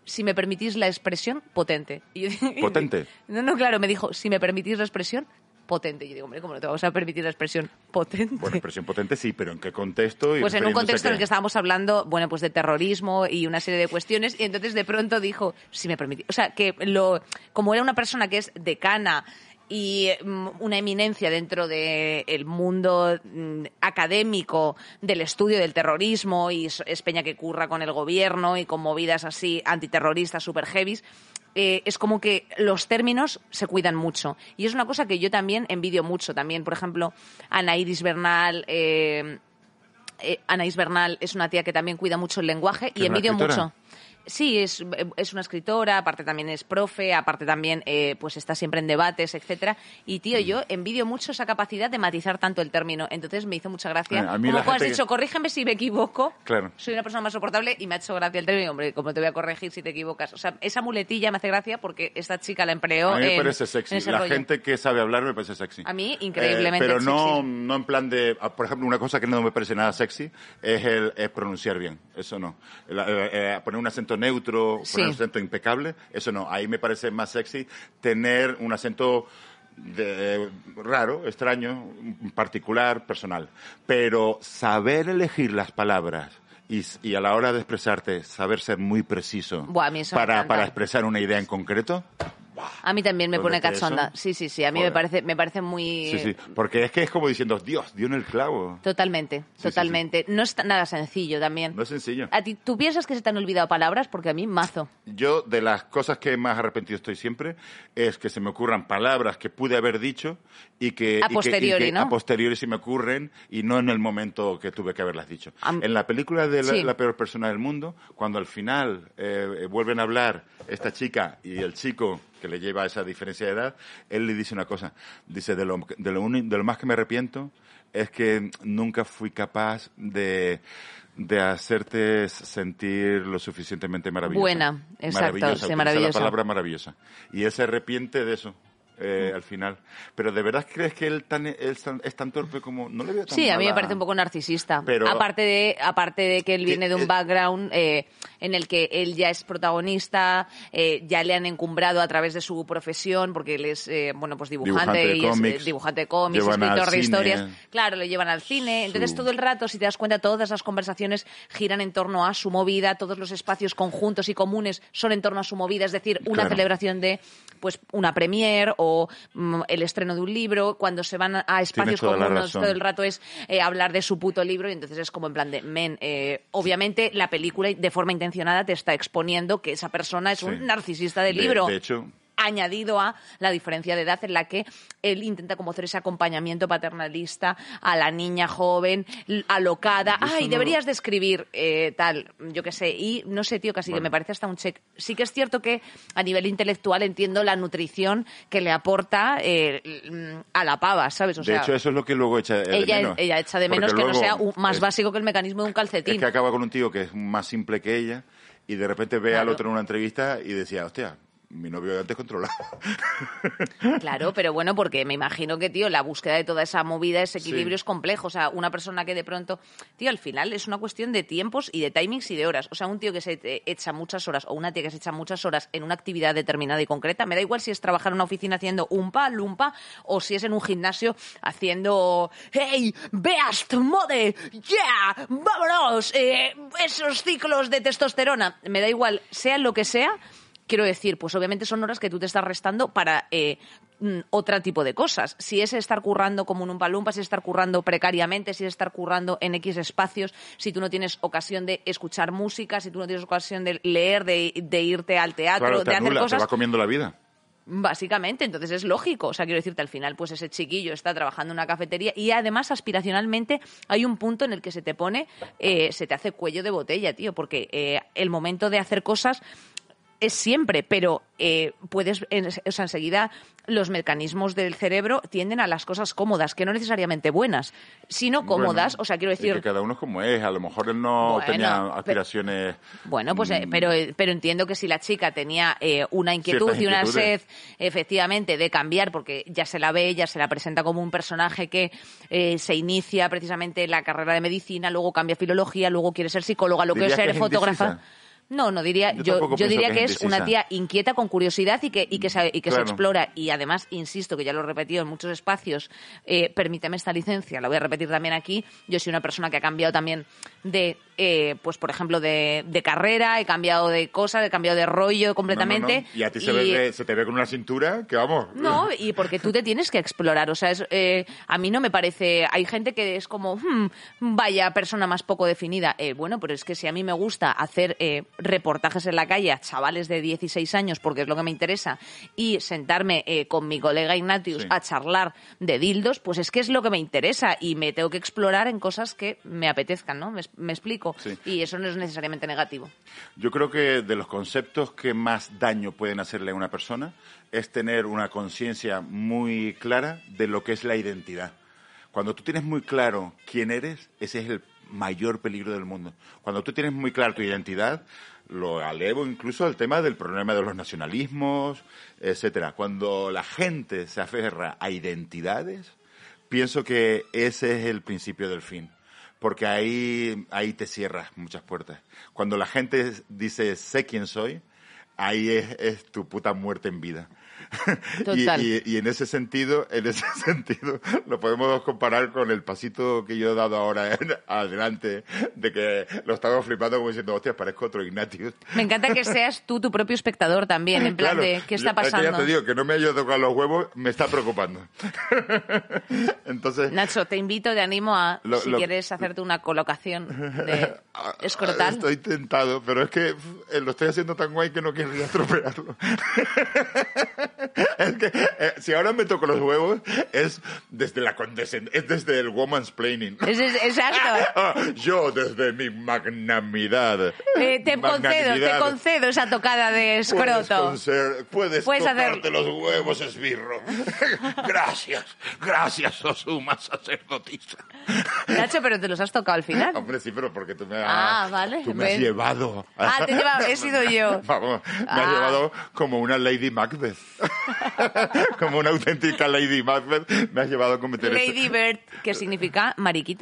Speaker 3: si me permitís la expresión, potente. Y yo-
Speaker 1: ¿Potente?
Speaker 3: No, no, claro, me dijo, si me permitís la expresión, potente. Y yo digo, hombre, ¿cómo no te vamos a permitir la expresión potente?
Speaker 1: Bueno, expresión potente sí, pero ¿en qué contexto? Y
Speaker 3: Pues en un
Speaker 1: refiriéndose a
Speaker 3: contexto en el
Speaker 1: qué?
Speaker 3: que estábamos hablando, bueno, pues de terrorismo y una serie de cuestiones, y entonces de pronto dijo, si me permitís, o sea, que lo, como era una persona que es decana y mm, una eminencia dentro del mundo mm, académico del estudio del terrorismo y es- es peña que curra con el gobierno y con movidas así antiterroristas super heavies, eh, es como que los términos se cuidan mucho. Y es una cosa que yo también envidio mucho. También, por ejemplo, Ana Iris Bernal, eh, eh, Anaís Bernal es una tía que también cuida mucho el lenguaje
Speaker 1: es
Speaker 3: y
Speaker 1: una
Speaker 3: envidio
Speaker 1: escritora?
Speaker 3: mucho. Sí, es, es una escritora, aparte también es profe, aparte también eh, pues está siempre en debates, etcétera. Y tío,
Speaker 1: Mm.
Speaker 3: yo envidio mucho esa capacidad de matizar tanto el término. Entonces me hizo mucha gracia.
Speaker 1: Eh, a mí
Speaker 3: como
Speaker 1: la
Speaker 3: tú has
Speaker 1: gente que-
Speaker 3: dicho, corrígeme si me equivoco.
Speaker 1: Claro.
Speaker 3: Soy una persona más soportable y me ha hecho gracia el término. Hombre, como te voy a corregir si te equivocas? O sea, esa muletilla me hace gracia porque esta chica la empleó.
Speaker 1: A mí me
Speaker 3: en-
Speaker 1: parece
Speaker 3: en
Speaker 1: sexy.
Speaker 3: ese
Speaker 1: La
Speaker 3: rollo.
Speaker 1: gente que sabe hablar me parece sexy.
Speaker 3: A mí, increíblemente
Speaker 1: Eh, pero no,
Speaker 3: sexy.
Speaker 1: no en plan de. ah, Por ejemplo, una cosa que no me parece nada sexy es el es pronunciar bien. Eso no. La- eh, eh, poner un acento neutro,
Speaker 3: Sí.
Speaker 1: poner un acento impecable, eso no. Ahí me parece más sexy tener un acento. de- eh, raro, extraño, particular, personal. Pero saber elegir las palabras y, y a la hora de expresarte, saber ser muy preciso
Speaker 3: Buah, a mí eso me
Speaker 1: para,
Speaker 3: encanta.
Speaker 1: para expresar una idea en concreto.
Speaker 3: A mí también me
Speaker 1: ¿Dónde
Speaker 3: pone
Speaker 1: está eso?
Speaker 3: cachonda. Sí, sí, sí. A mí me
Speaker 1: Joder.
Speaker 3: parece, me parece muy.
Speaker 1: Sí, sí. Porque es que es como diciendo, Dios, dio en el clavo.
Speaker 3: Totalmente,
Speaker 1: sí, sí.
Speaker 3: totalmente. No es ta- nada sencillo también.
Speaker 1: No es sencillo.
Speaker 3: ¿A ti, ¿Tú piensas que se te han olvidado palabras? Porque a mí, mazo.
Speaker 1: Yo, de las cosas que más arrepentido estoy siempre, es que se me ocurran palabras que pude haber dicho y que.
Speaker 3: A
Speaker 1: y que- y
Speaker 3: posteriori,
Speaker 1: que
Speaker 3: ¿no?
Speaker 1: A posteriori se me ocurren y no en el momento que tuve que haberlas dicho.
Speaker 3: Am-
Speaker 1: en la película de la,
Speaker 3: Sí.
Speaker 1: La peor persona del mundo, cuando al final eh, eh, vuelven a hablar esta chica y el chico que le lleva esa diferencia de edad, él le dice una cosa. Dice, de lo, de lo, uni- de lo más que me arrepiento es que nunca fui capaz de de hacerte sentir lo suficientemente maravillosa.
Speaker 3: Buena, exacto, sí,
Speaker 1: Maravillosa, utiliza
Speaker 3: maravillosa.
Speaker 1: La palabra maravillosa. Y él se arrepiente de eso. eh, al final. Pero ¿de verdad crees que él, tan, él tan- es tan torpe como.? No le veo tan
Speaker 3: Sí, a mí me
Speaker 1: mala-
Speaker 3: parece un poco narcisista.
Speaker 1: Pero-
Speaker 3: aparte, de, aparte de que él viene de
Speaker 1: eh,
Speaker 3: un background eh, en el que él ya es protagonista, eh, ya le han encumbrado a través de su profesión, porque él es eh, bueno pues dibujante,
Speaker 1: Dibujante de
Speaker 3: y es, eh,
Speaker 1: cómics.
Speaker 3: dibujante de cómics,
Speaker 1: Llevan
Speaker 3: escritor
Speaker 1: al
Speaker 3: de historias.
Speaker 1: cine.
Speaker 3: Claro, lo llevan al cine. Entonces
Speaker 1: Su-
Speaker 3: todo el rato, si te das cuenta, todas las conversaciones giran en torno a su movida, todos los espacios conjuntos y comunes son en torno a su movida, es decir, una
Speaker 1: Claro.
Speaker 3: celebración de pues una premier o mm, el estreno de un libro, cuando se van a- a espacios
Speaker 1: toda la
Speaker 3: comunes
Speaker 1: razón.
Speaker 3: todo el rato es eh, hablar de su puto libro y entonces es como en plan de men eh, obviamente la película de forma intencionada te está exponiendo que esa persona es
Speaker 1: Sí.
Speaker 3: un narcisista del
Speaker 1: De-
Speaker 3: libro
Speaker 1: de hecho-
Speaker 3: añadido a la diferencia de edad en la que él intenta como hacer ese acompañamiento paternalista a la niña joven, l- alocada,
Speaker 1: Yo eso
Speaker 3: ay,
Speaker 1: no
Speaker 3: deberías
Speaker 1: lo-
Speaker 3: de escribir eh, tal, yo qué sé, y no sé, tío, casi que
Speaker 1: Bueno.
Speaker 3: me parece hasta un check. Sí que es cierto que a nivel intelectual entiendo la nutrición que le aporta eh, l- mm, a la pava, ¿sabes? O
Speaker 1: de
Speaker 3: sea,
Speaker 1: hecho, eso es lo que luego echa de
Speaker 3: ella,
Speaker 1: menos.
Speaker 3: ella echa de
Speaker 1: Porque
Speaker 3: menos que no
Speaker 1: luego
Speaker 3: sea un- más
Speaker 1: es-
Speaker 3: básico que el mecanismo de un calcetín.
Speaker 1: Es que acaba con un tío que es más simple que ella y de repente ve al
Speaker 3: Claro.
Speaker 1: otro en una entrevista y decía, hostia, mi novio de antes controlaba.
Speaker 3: Ah, Claro, pero bueno, porque me imagino que, tío, la búsqueda de toda esa movida, ese equilibrio
Speaker 1: Sí.
Speaker 3: es complejo. O sea, una persona que de pronto, tío, al final es una cuestión de tiempos y de timings y de horas. O sea, un tío que se eh, echa muchas horas o una tía que se echa muchas horas en una actividad determinada y concreta, me da igual si es trabajar en una oficina haciendo umpa, lumpa, o si es en un gimnasio haciendo, hey, beast mode, yeah, vámonos, eh, esos ciclos de testosterona. Me da igual, sea lo que sea. Quiero decir, pues obviamente son horas que tú te estás restando para eh, mm, otro tipo de cosas. Si es estar currando como un palumpa, si es estar currando precariamente, si es estar currando en X espacios, si tú no tienes ocasión de escuchar música, si tú no tienes ocasión de leer, de, de irte al teatro,
Speaker 1: claro,
Speaker 3: de
Speaker 1: te
Speaker 3: hacer
Speaker 1: anula, te
Speaker 3: cosas.
Speaker 1: va comiendo la vida.
Speaker 3: Básicamente, entonces es lógico. O sea, quiero decirte, al final, pues ese chiquillo está trabajando en una cafetería y además, aspiracionalmente, hay un punto en el que se te pone, eh, se te hace cuello de botella, tío, porque eh, el momento de hacer cosas es siempre, pero eh, puedes, en- o sea, enseguida los mecanismos del cerebro tienden a las cosas cómodas, que no necesariamente buenas, sino cómodas.
Speaker 1: Bueno,
Speaker 3: o sea, quiero
Speaker 1: y
Speaker 3: decir.
Speaker 1: que cada uno es como es. A lo mejor él no
Speaker 3: Bueno,
Speaker 1: tenía
Speaker 3: pe-
Speaker 1: aspiraciones.
Speaker 3: Bueno, pues, eh,
Speaker 1: mm,
Speaker 3: pero, eh, pero entiendo que si la chica tenía eh, una inquietud
Speaker 1: Ciertas
Speaker 3: y una sed,
Speaker 1: inquietudes.
Speaker 3: efectivamente, de cambiar, porque ya se la ve, ya se la presenta como un personaje que eh, se inicia precisamente en la carrera de medicina, luego cambia filología, luego quiere ser psicóloga, luego quiere
Speaker 1: ¿Dirías
Speaker 3: ser
Speaker 1: que es
Speaker 3: fotógrafa.
Speaker 1: indecisa?
Speaker 3: No, no diría.
Speaker 1: Yo
Speaker 3: Yo,
Speaker 1: tampoco
Speaker 3: yo
Speaker 1: pienso
Speaker 3: diría
Speaker 1: que
Speaker 3: que
Speaker 1: es
Speaker 3: es una
Speaker 1: indecisa.
Speaker 3: tía inquieta con curiosidad y que, y que, se, y que se
Speaker 1: Claro.
Speaker 3: explora. Y además, insisto, que ya lo he repetido en muchos espacios, eh, permíteme esta licencia, la voy a repetir también aquí. Yo soy una persona que ha cambiado también de, eh, pues por ejemplo, de, de carrera, he cambiado de cosas, he cambiado de rollo
Speaker 1: no, no, no.
Speaker 3: completamente. eh,
Speaker 1: Y a ti se, ve- se te ve con una cintura que vamos. eh,
Speaker 3: No, y porque tú te tienes que explorar. O sea, es, eh, a mí no me parece. Hay gente que es como, "Hmm, vaya persona más poco definida. Eh, bueno, pero es que si a mí me gusta hacer eh, reportajes en la calle a chavales de 16 años, porque es lo que me interesa, y sentarme eh, con mi colega Ignatius
Speaker 1: Sí.
Speaker 3: a charlar de dildos, pues es que es lo que me interesa y me tengo que explorar en cosas que me apetezcan, ¿no? Me, me explico.
Speaker 1: Sí.
Speaker 3: Y eso no es necesariamente negativo.
Speaker 1: Yo creo que de los conceptos que más daño pueden hacerle a una persona es tener una conciencia muy clara de lo que es la identidad. Cuando tú tienes muy claro quién eres, ese es el mayor peligro del mundo. Cuando tú tienes muy claro tu identidad, lo alevo incluso al tema del problema de los nacionalismos, etcétera. Cuando la gente se aferra a identidades, pienso que ese es el principio del fin. Porque ahí, ahí te cierras muchas puertas. Cuando la gente dice sé quién soy, ahí es, es tu puta muerte en vida. Y-
Speaker 3: Total.
Speaker 1: Y, y en ese sentido, en ese sentido, lo podemos comparar con el pasito que yo he dado ahora en- adelante, de que lo estaba flipando como diciendo, hostia, parezco otro Ignatius.
Speaker 3: Me encanta que seas tú tu propio espectador también, en plan
Speaker 1: Claro,
Speaker 3: de qué
Speaker 1: yo-
Speaker 3: está
Speaker 1: es que
Speaker 3: pasando.
Speaker 1: ya te digo, que no me haya tocado los huevos, me está preocupando. Entonces,
Speaker 3: Nacho, te invito, te animo a,
Speaker 1: Lo-
Speaker 3: si
Speaker 1: lo-
Speaker 3: quieres, hacerte una colocación de escrotal.
Speaker 1: Estoy tentado, pero es que pf, eh, lo estoy haciendo tan guay que no querría atropellarlo. es que eh, si ahora me toco los huevos, es desde la condescend- es desde el woman's planning. Ah,
Speaker 3: Es- es- exacto.
Speaker 1: Yo desde mi magnanimidad.
Speaker 3: Eh, te concedo, te
Speaker 1: magnanimidad,
Speaker 3: concedo esa tocada de
Speaker 1: Puedes,
Speaker 3: escroto.
Speaker 1: conser- puedes,
Speaker 3: Puedes hacer-
Speaker 1: tocarte los huevos, esbirro. gracias, gracias, Osuma sacerdotisa.
Speaker 3: Nacho, pero te los has tocado al final.
Speaker 1: Hombre, sí, pero porque tú me has,
Speaker 3: Ah, vale,
Speaker 1: tú me
Speaker 3: ven.
Speaker 1: has llevado.
Speaker 3: Ah, te he llevado, he sido yo.
Speaker 1: Vamos, me
Speaker 3: Ah.
Speaker 1: has llevado como una Lady Macbeth. como una auténtica Lady Macbeth, me has llevado a cometer eso.
Speaker 3: Lady Bird, que significa mariquita.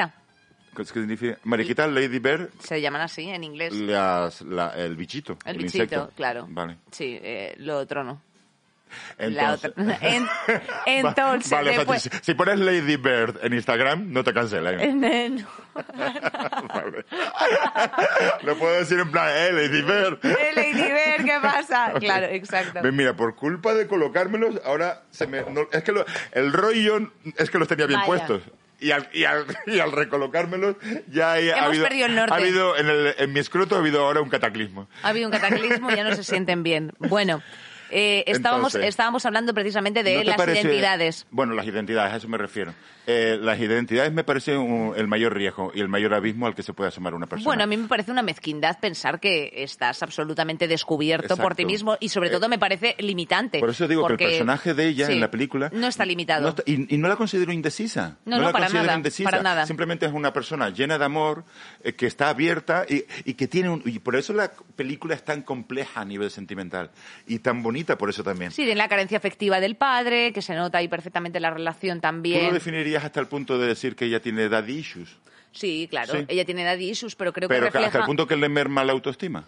Speaker 1: ¿Qué significa? Mariquita, Lady Bear,
Speaker 3: Se llaman así en inglés.
Speaker 1: las- la- el bichito.
Speaker 3: Pues- El
Speaker 1: insecto.
Speaker 3: bichito, claro.
Speaker 1: Vale.
Speaker 3: Sí, eh, lo otro no. La
Speaker 1: Entonces,
Speaker 3: otra. En- entonces,
Speaker 1: Vale, o sea,
Speaker 3: después-
Speaker 1: si, si pones Lady Bird en Instagram, no te cancelan.
Speaker 3: en- en-
Speaker 1: Vale. Lo puedo decir en plan, eh, Lady Bird.
Speaker 3: Eh, Lady Bird, ¿qué pasa? Claro, exacto.
Speaker 1: Ven, mira, por culpa de colocármelos, ahora se me. no- es que lo- el rollo es que los tenía bien
Speaker 3: Vaya.
Speaker 1: puestos. Y al, y, al, y al recolocármelos, ya he- ha
Speaker 3: Hemos
Speaker 1: habido.
Speaker 3: perdido el norte.
Speaker 1: Ha habido, en, el- en mi escroto ha habido ahora un cataclismo.
Speaker 3: Ha habido un cataclismo y ya no se sienten bien. Bueno, eh, estábamos,
Speaker 1: Entonces,
Speaker 3: estábamos hablando precisamente de
Speaker 1: ¿No te
Speaker 3: las
Speaker 1: parece-
Speaker 3: identidades.
Speaker 1: Bueno, las identidades, a eso me refiero. Eh, las identidades me parece un- el mayor riesgo y el mayor abismo al que se puede asomar una persona.
Speaker 3: Bueno, a mí me parece una mezquindad pensar que estás absolutamente descubierto por ti
Speaker 1: Exacto. Eh,
Speaker 3: mismo y sobre todo me parece limitante.
Speaker 1: Por eso digo
Speaker 3: porque-
Speaker 1: que el personaje de ella
Speaker 3: sí,
Speaker 1: en la película...
Speaker 3: No está limitado.
Speaker 1: no está- y, y no la considero indecisa.
Speaker 3: No, no,
Speaker 1: la
Speaker 3: para
Speaker 1: considero
Speaker 3: nada,
Speaker 1: indecisa.
Speaker 3: para nada.
Speaker 1: Simplemente es una persona llena de amor, eh, que está abierta y, y que tiene un... Y por eso la película es tan compleja a nivel sentimental. Y tan bonita por eso también.
Speaker 3: Sí, de la carencia afectiva del padre, que se nota ahí perfectamente la relación
Speaker 1: ¿Tú lo
Speaker 3: también.
Speaker 1: definirías hasta el punto de decir que ella tiene daddy issues?
Speaker 3: Sí, claro.
Speaker 1: Sí.
Speaker 3: Ella tiene edad issues, pero creo
Speaker 1: Pero
Speaker 3: que
Speaker 1: que
Speaker 3: refleja...
Speaker 1: hasta el punto que le merma la autoestima.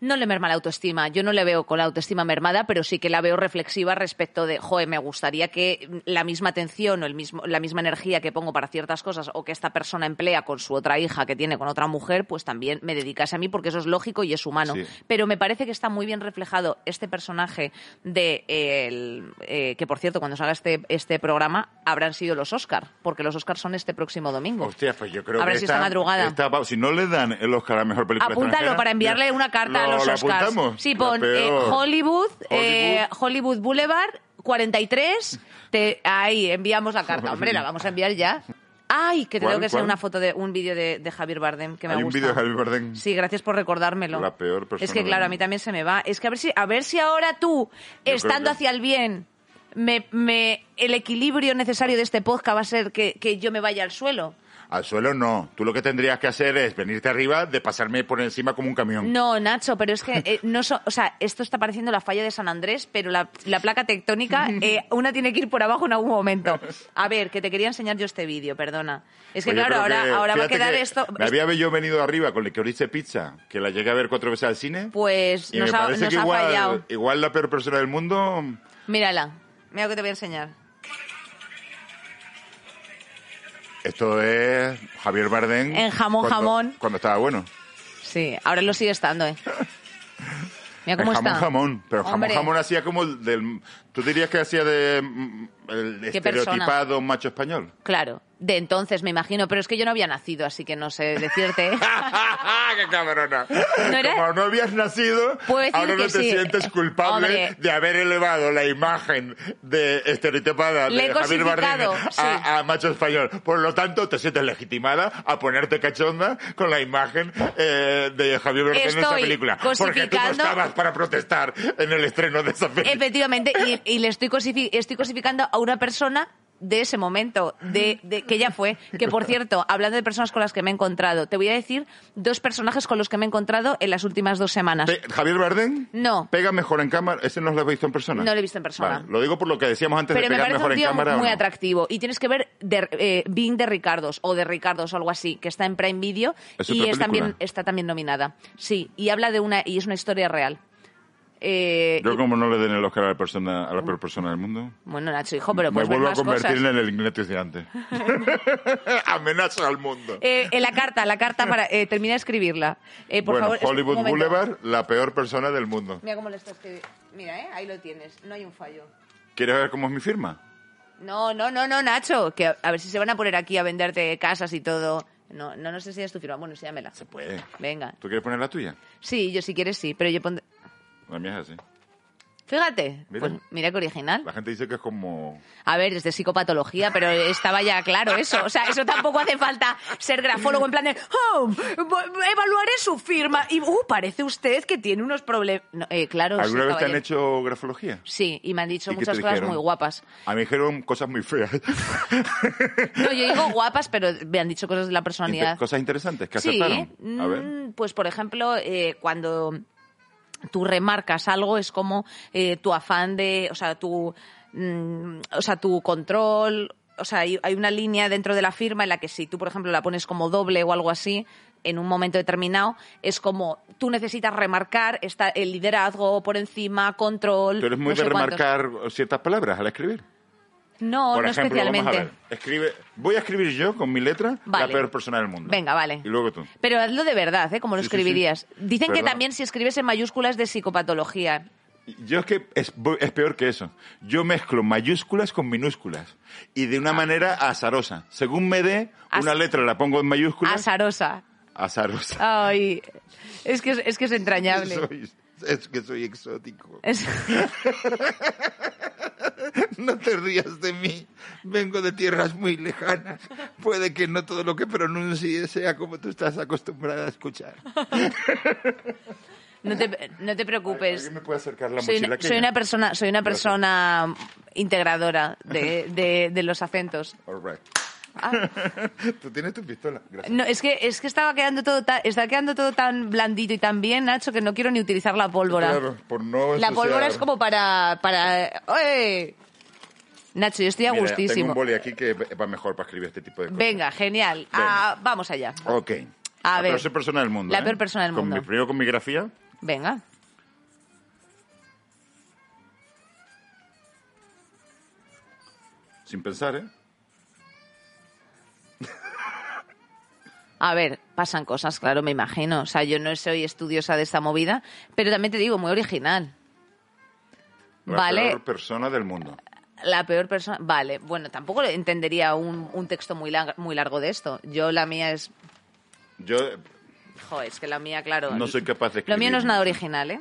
Speaker 3: No le merma la autoestima. Yo no le veo con la autoestima mermada, pero sí que la veo reflexiva respecto de, joe, me gustaría que la misma atención o el mismo, la misma energía que pongo para ciertas cosas o que esta persona emplea con su otra hija que tiene con otra mujer, pues también me dedicase a mí porque eso es lógico y es humano.
Speaker 1: Sí.
Speaker 3: Pero me parece que está muy bien reflejado este personaje de eh, el, eh, que por cierto, cuando salga este, este programa habrán sido los Oscar, porque los Oscar son este próximo domingo.
Speaker 1: Hostia, pues yo creo
Speaker 3: Habrá
Speaker 1: que
Speaker 3: sido esta madrugada.
Speaker 1: esta pa- si no le dan el Oscar a la mejor película
Speaker 3: Apúntalo
Speaker 1: extranjera,
Speaker 3: para enviarle una carta
Speaker 1: ¿lo-
Speaker 3: a los
Speaker 1: lo
Speaker 3: Oscars.
Speaker 1: apuntamos?
Speaker 3: Sí,
Speaker 1: La
Speaker 3: pon eh,
Speaker 1: peor.
Speaker 3: Hollywood, eh,
Speaker 1: Hollywood.
Speaker 3: Hollywood Boulevard 43. Te, ahí enviamos la carta. Hombre, la vamos a enviar ya. Ay, que te
Speaker 1: ¿Cuál,
Speaker 3: tengo que hacer
Speaker 1: cuál?
Speaker 3: una foto de un vídeo de, de Javier Bardem que me
Speaker 1: Hay un
Speaker 3: gusta.
Speaker 1: vídeo de Javier Bardem.
Speaker 3: Sí, gracias por recordármelo.
Speaker 1: La peor persona
Speaker 3: Es que claro,
Speaker 1: del
Speaker 3: a mí
Speaker 1: mundo.
Speaker 3: también se me va. Es que a ver si a ver si ahora tú
Speaker 1: creo
Speaker 3: estando
Speaker 1: que-
Speaker 3: hacia el bien me, me- el equilibrio necesario de este podcast va a ser que, que yo me vaya al suelo.
Speaker 1: Al suelo no. Tú lo que tendrías que hacer es venirte arriba de pasarme por encima como un camión.
Speaker 3: No, Nacho, pero es que eh, no so- o sea, esto está pareciendo la falla de San Andrés, pero la, la placa tectónica, eh, una tiene que ir por abajo en algún momento. A ver, que te quería enseñar yo este vídeo, perdona. Es que
Speaker 1: Pues yo
Speaker 3: claro,
Speaker 1: creo
Speaker 3: ahora,
Speaker 1: que-
Speaker 3: ahora va a
Speaker 1: fíjate
Speaker 3: quedar
Speaker 1: que
Speaker 3: esto.
Speaker 1: Me había yo venido arriba con el que oriste pizza, que la llegué a ver cuatro veces al cine.
Speaker 3: Pues
Speaker 1: y
Speaker 3: nos
Speaker 1: me
Speaker 3: ha-
Speaker 1: parece
Speaker 3: nos
Speaker 1: que
Speaker 3: ha fallado.
Speaker 1: igual, igual la peor persona del mundo.
Speaker 3: Mírala, mira lo que te voy a enseñar.
Speaker 1: Esto es Javier Bardem.
Speaker 3: En jamón,
Speaker 1: cuando-
Speaker 3: jamón.
Speaker 1: Cuando estaba bueno.
Speaker 3: Sí, ahora lo sigue estando, ¿eh? Mira
Speaker 1: En
Speaker 3: cómo
Speaker 1: jamón,
Speaker 3: está.
Speaker 1: jamón. Pero jamón,
Speaker 3: Hombre.
Speaker 1: jamón hacía como el del. ¿Tú dirías que hacía de. mm, el estereotipado macho español?
Speaker 3: Claro, de entonces me imagino, pero es que yo no había nacido, así que no sé decirte. ¿eh?
Speaker 1: ¡Qué cabrona!
Speaker 3: ¿No era?
Speaker 1: Como no habías nacido,
Speaker 3: Puedo decir
Speaker 1: ahora
Speaker 3: que
Speaker 1: no te
Speaker 3: sí.
Speaker 1: sientes culpable
Speaker 3: Hombre.
Speaker 1: de haber elevado la imagen de estereotipada
Speaker 3: Le he
Speaker 1: de Javier Bardem
Speaker 3: cosificado,
Speaker 1: a,
Speaker 3: sí.
Speaker 1: a macho español. Por lo tanto, te sientes legitimada a ponerte cachonda con la imagen eh, de Javier Bardem en esa
Speaker 3: Estoy
Speaker 1: película. Porque tú no
Speaker 3: cosificando- Eh,
Speaker 1: estabas para protestar en el estreno de esa película.
Speaker 3: Efectivamente, y, y le estoy, cosifi- estoy cosificando a una persona de ese momento, de, de- que ya fue. Que por cierto, hablando de personas con las que me he encontrado, te voy a decir dos personajes con los que me he encontrado en las últimas dos semanas.
Speaker 1: Pe- ¿Javier Bardem?
Speaker 3: No.
Speaker 1: ¿Pega mejor en cámara? ¿Ese no lo has visto en persona?
Speaker 3: No lo he visto en persona.
Speaker 1: Vale, Lo digo por lo que decíamos antes
Speaker 3: Pero
Speaker 1: de
Speaker 3: me
Speaker 1: pegar
Speaker 3: parece
Speaker 1: mejor
Speaker 3: un tío
Speaker 1: en cámara. ¿o
Speaker 3: muy
Speaker 1: no?
Speaker 3: atractivo. Y tienes que ver de, eh, Bing de Ricardos o de Ricardos o algo así, que está en Prime Video
Speaker 1: ¿Es
Speaker 3: y
Speaker 1: otra
Speaker 3: es
Speaker 1: película?
Speaker 3: también, está también nominada. Sí, y habla de una, y es una historia real. eh,
Speaker 1: Yo como no le den el Oscar a la, persona, a la peor persona del mundo,
Speaker 3: Bueno, Nacho, hijo, pero
Speaker 1: me
Speaker 3: puedes ver
Speaker 1: vuelvo a
Speaker 3: pues más
Speaker 1: convertir
Speaker 3: cosas.
Speaker 1: en el electricante. Amenaza al mundo.
Speaker 3: Eh, en la carta, la carta para... eh, termina de escribirla. Eh, por
Speaker 1: bueno,
Speaker 3: favor, es- un
Speaker 1: Hollywood
Speaker 3: momento.
Speaker 1: Boulevard, la peor persona del mundo.
Speaker 3: Mira cómo lo está escribiendo. Mira, eh, ahí lo tienes. No hay un fallo.
Speaker 1: ¿Quieres ver cómo es mi firma?
Speaker 3: No, no, no, no, Nacho. Que a, a ver si se van a poner aquí a venderte casas y todo. No, no nos enseñas tu firma. Bueno, enséñamela.
Speaker 1: Se puede.
Speaker 3: Venga.
Speaker 1: ¿Tú quieres poner la tuya?
Speaker 3: Sí, yo si quieres sí, pero yo pondré...
Speaker 1: La mía es así.
Speaker 3: Fíjate.
Speaker 1: Mira.
Speaker 3: Pues mira que original.
Speaker 1: La gente dice que es como...
Speaker 3: A ver, es de psicopatología, pero estaba ya claro eso. O sea, eso tampoco hace falta ser grafólogo en plan de... "Oh, bu- evaluaré su firma y... Uh, parece usted que tiene unos problemas... claro, sí,
Speaker 1: ¿Alguna vez te han
Speaker 3: caballero.
Speaker 1: hecho grafología?
Speaker 3: Sí, y me han dicho
Speaker 1: ¿Y qué
Speaker 3: muchas
Speaker 1: te
Speaker 3: cosas
Speaker 1: dijeron?
Speaker 3: muy guapas.
Speaker 1: A mí me dijeron cosas muy feas.
Speaker 3: No, yo digo guapas, pero me han dicho cosas de la
Speaker 1: Inter-
Speaker 3: personalidad.
Speaker 1: cosas interesantes que
Speaker 3: sí,
Speaker 1: acertaron. A ver.
Speaker 3: mm, pues por ejemplo, eh, cuando tú remarcas algo es como eh, tu afán de, o sea, tu, mm, o sea, tu control, o sea, hay, hay una línea dentro de la firma en la que si tú, por ejemplo, la pones como doble o algo así en un momento determinado, es como tú necesitas remarcar está el liderazgo por encima, control.
Speaker 1: Tú eres
Speaker 3: no
Speaker 1: muy de
Speaker 3: sé cuántos.
Speaker 1: remarcar ciertas palabras al escribir.
Speaker 3: No,
Speaker 1: Por
Speaker 3: no
Speaker 1: ejemplo,
Speaker 3: especialmente.
Speaker 1: vamos a ver. Escribe, voy a escribir yo con mi letra la
Speaker 3: Vale.
Speaker 1: peor persona del mundo.
Speaker 3: Venga, vale.
Speaker 1: Y luego tú.
Speaker 3: Pero hazlo de verdad, ¿eh? Como lo
Speaker 1: Sí, sí, sí.
Speaker 3: escribirías. Dicen que
Speaker 1: Verdad.
Speaker 3: también si escribes en mayúsculas de psicopatología.
Speaker 1: Yo es que es, es peor que eso. Yo mezclo mayúsculas con minúsculas y
Speaker 3: Ah.
Speaker 1: de una manera azarosa. Según me dé una
Speaker 3: Az-
Speaker 1: letra la pongo en mayúsculas.
Speaker 3: Azarosa.
Speaker 1: azarosa.
Speaker 3: Ay, es que es, es que es entrañable.
Speaker 1: Soy- es que soy exótico.
Speaker 3: Es-
Speaker 1: No te rías de mí. Vengo de tierras muy lejanas. Puede que no todo lo que pronuncie sea como tú estás acostumbrada a escuchar.
Speaker 3: no, te, no te preocupes.
Speaker 1: ¿Alguien me puede acercar la
Speaker 3: Pues Soy
Speaker 1: mochila?
Speaker 3: una, soy una persona, soy una persona integradora de, de- de los acentos.
Speaker 1: All right.
Speaker 3: Ah,
Speaker 1: Tú tienes tu pistola. Gracias.
Speaker 3: no, es que es que estaba quedando todo tan, está quedando todo tan blandito y tan bien, Nacho, que no quiero ni utilizar la pólvora.
Speaker 1: Claro, pues, por no
Speaker 3: La
Speaker 1: ensuciar.
Speaker 3: pólvora es como para. para... ¡Oye! Nacho, yo estoy a
Speaker 1: Mira, Tengo
Speaker 3: gustísimo.
Speaker 1: un boli aquí que va mejor para escribir este tipo de cosas.
Speaker 3: Venga, genial.
Speaker 1: Venga.
Speaker 3: Ah, vamos allá.
Speaker 1: Ok.
Speaker 3: A
Speaker 1: la
Speaker 3: ver.
Speaker 1: peor persona del mundo.
Speaker 3: La
Speaker 1: ¿eh?
Speaker 3: peor persona del
Speaker 1: Con
Speaker 3: mundo.
Speaker 1: Mi, primero con mi grafía.
Speaker 3: Venga.
Speaker 1: Sin pensar, ¿eh?
Speaker 3: A ver, pasan cosas, claro, me imagino. O sea, yo no soy estudiosa de esta movida, pero también te digo, muy original.
Speaker 1: La
Speaker 3: vale,
Speaker 1: peor persona del mundo.
Speaker 3: la peor persona. Vale, bueno, tampoco entendería un, un texto muy, lar- muy largo de esto. Yo la mía es.
Speaker 1: Yo,
Speaker 3: Joder, es que la mía, claro.
Speaker 1: No soy capaz de
Speaker 3: Lo mío no es
Speaker 1: escribir.
Speaker 3: nada original, ¿eh?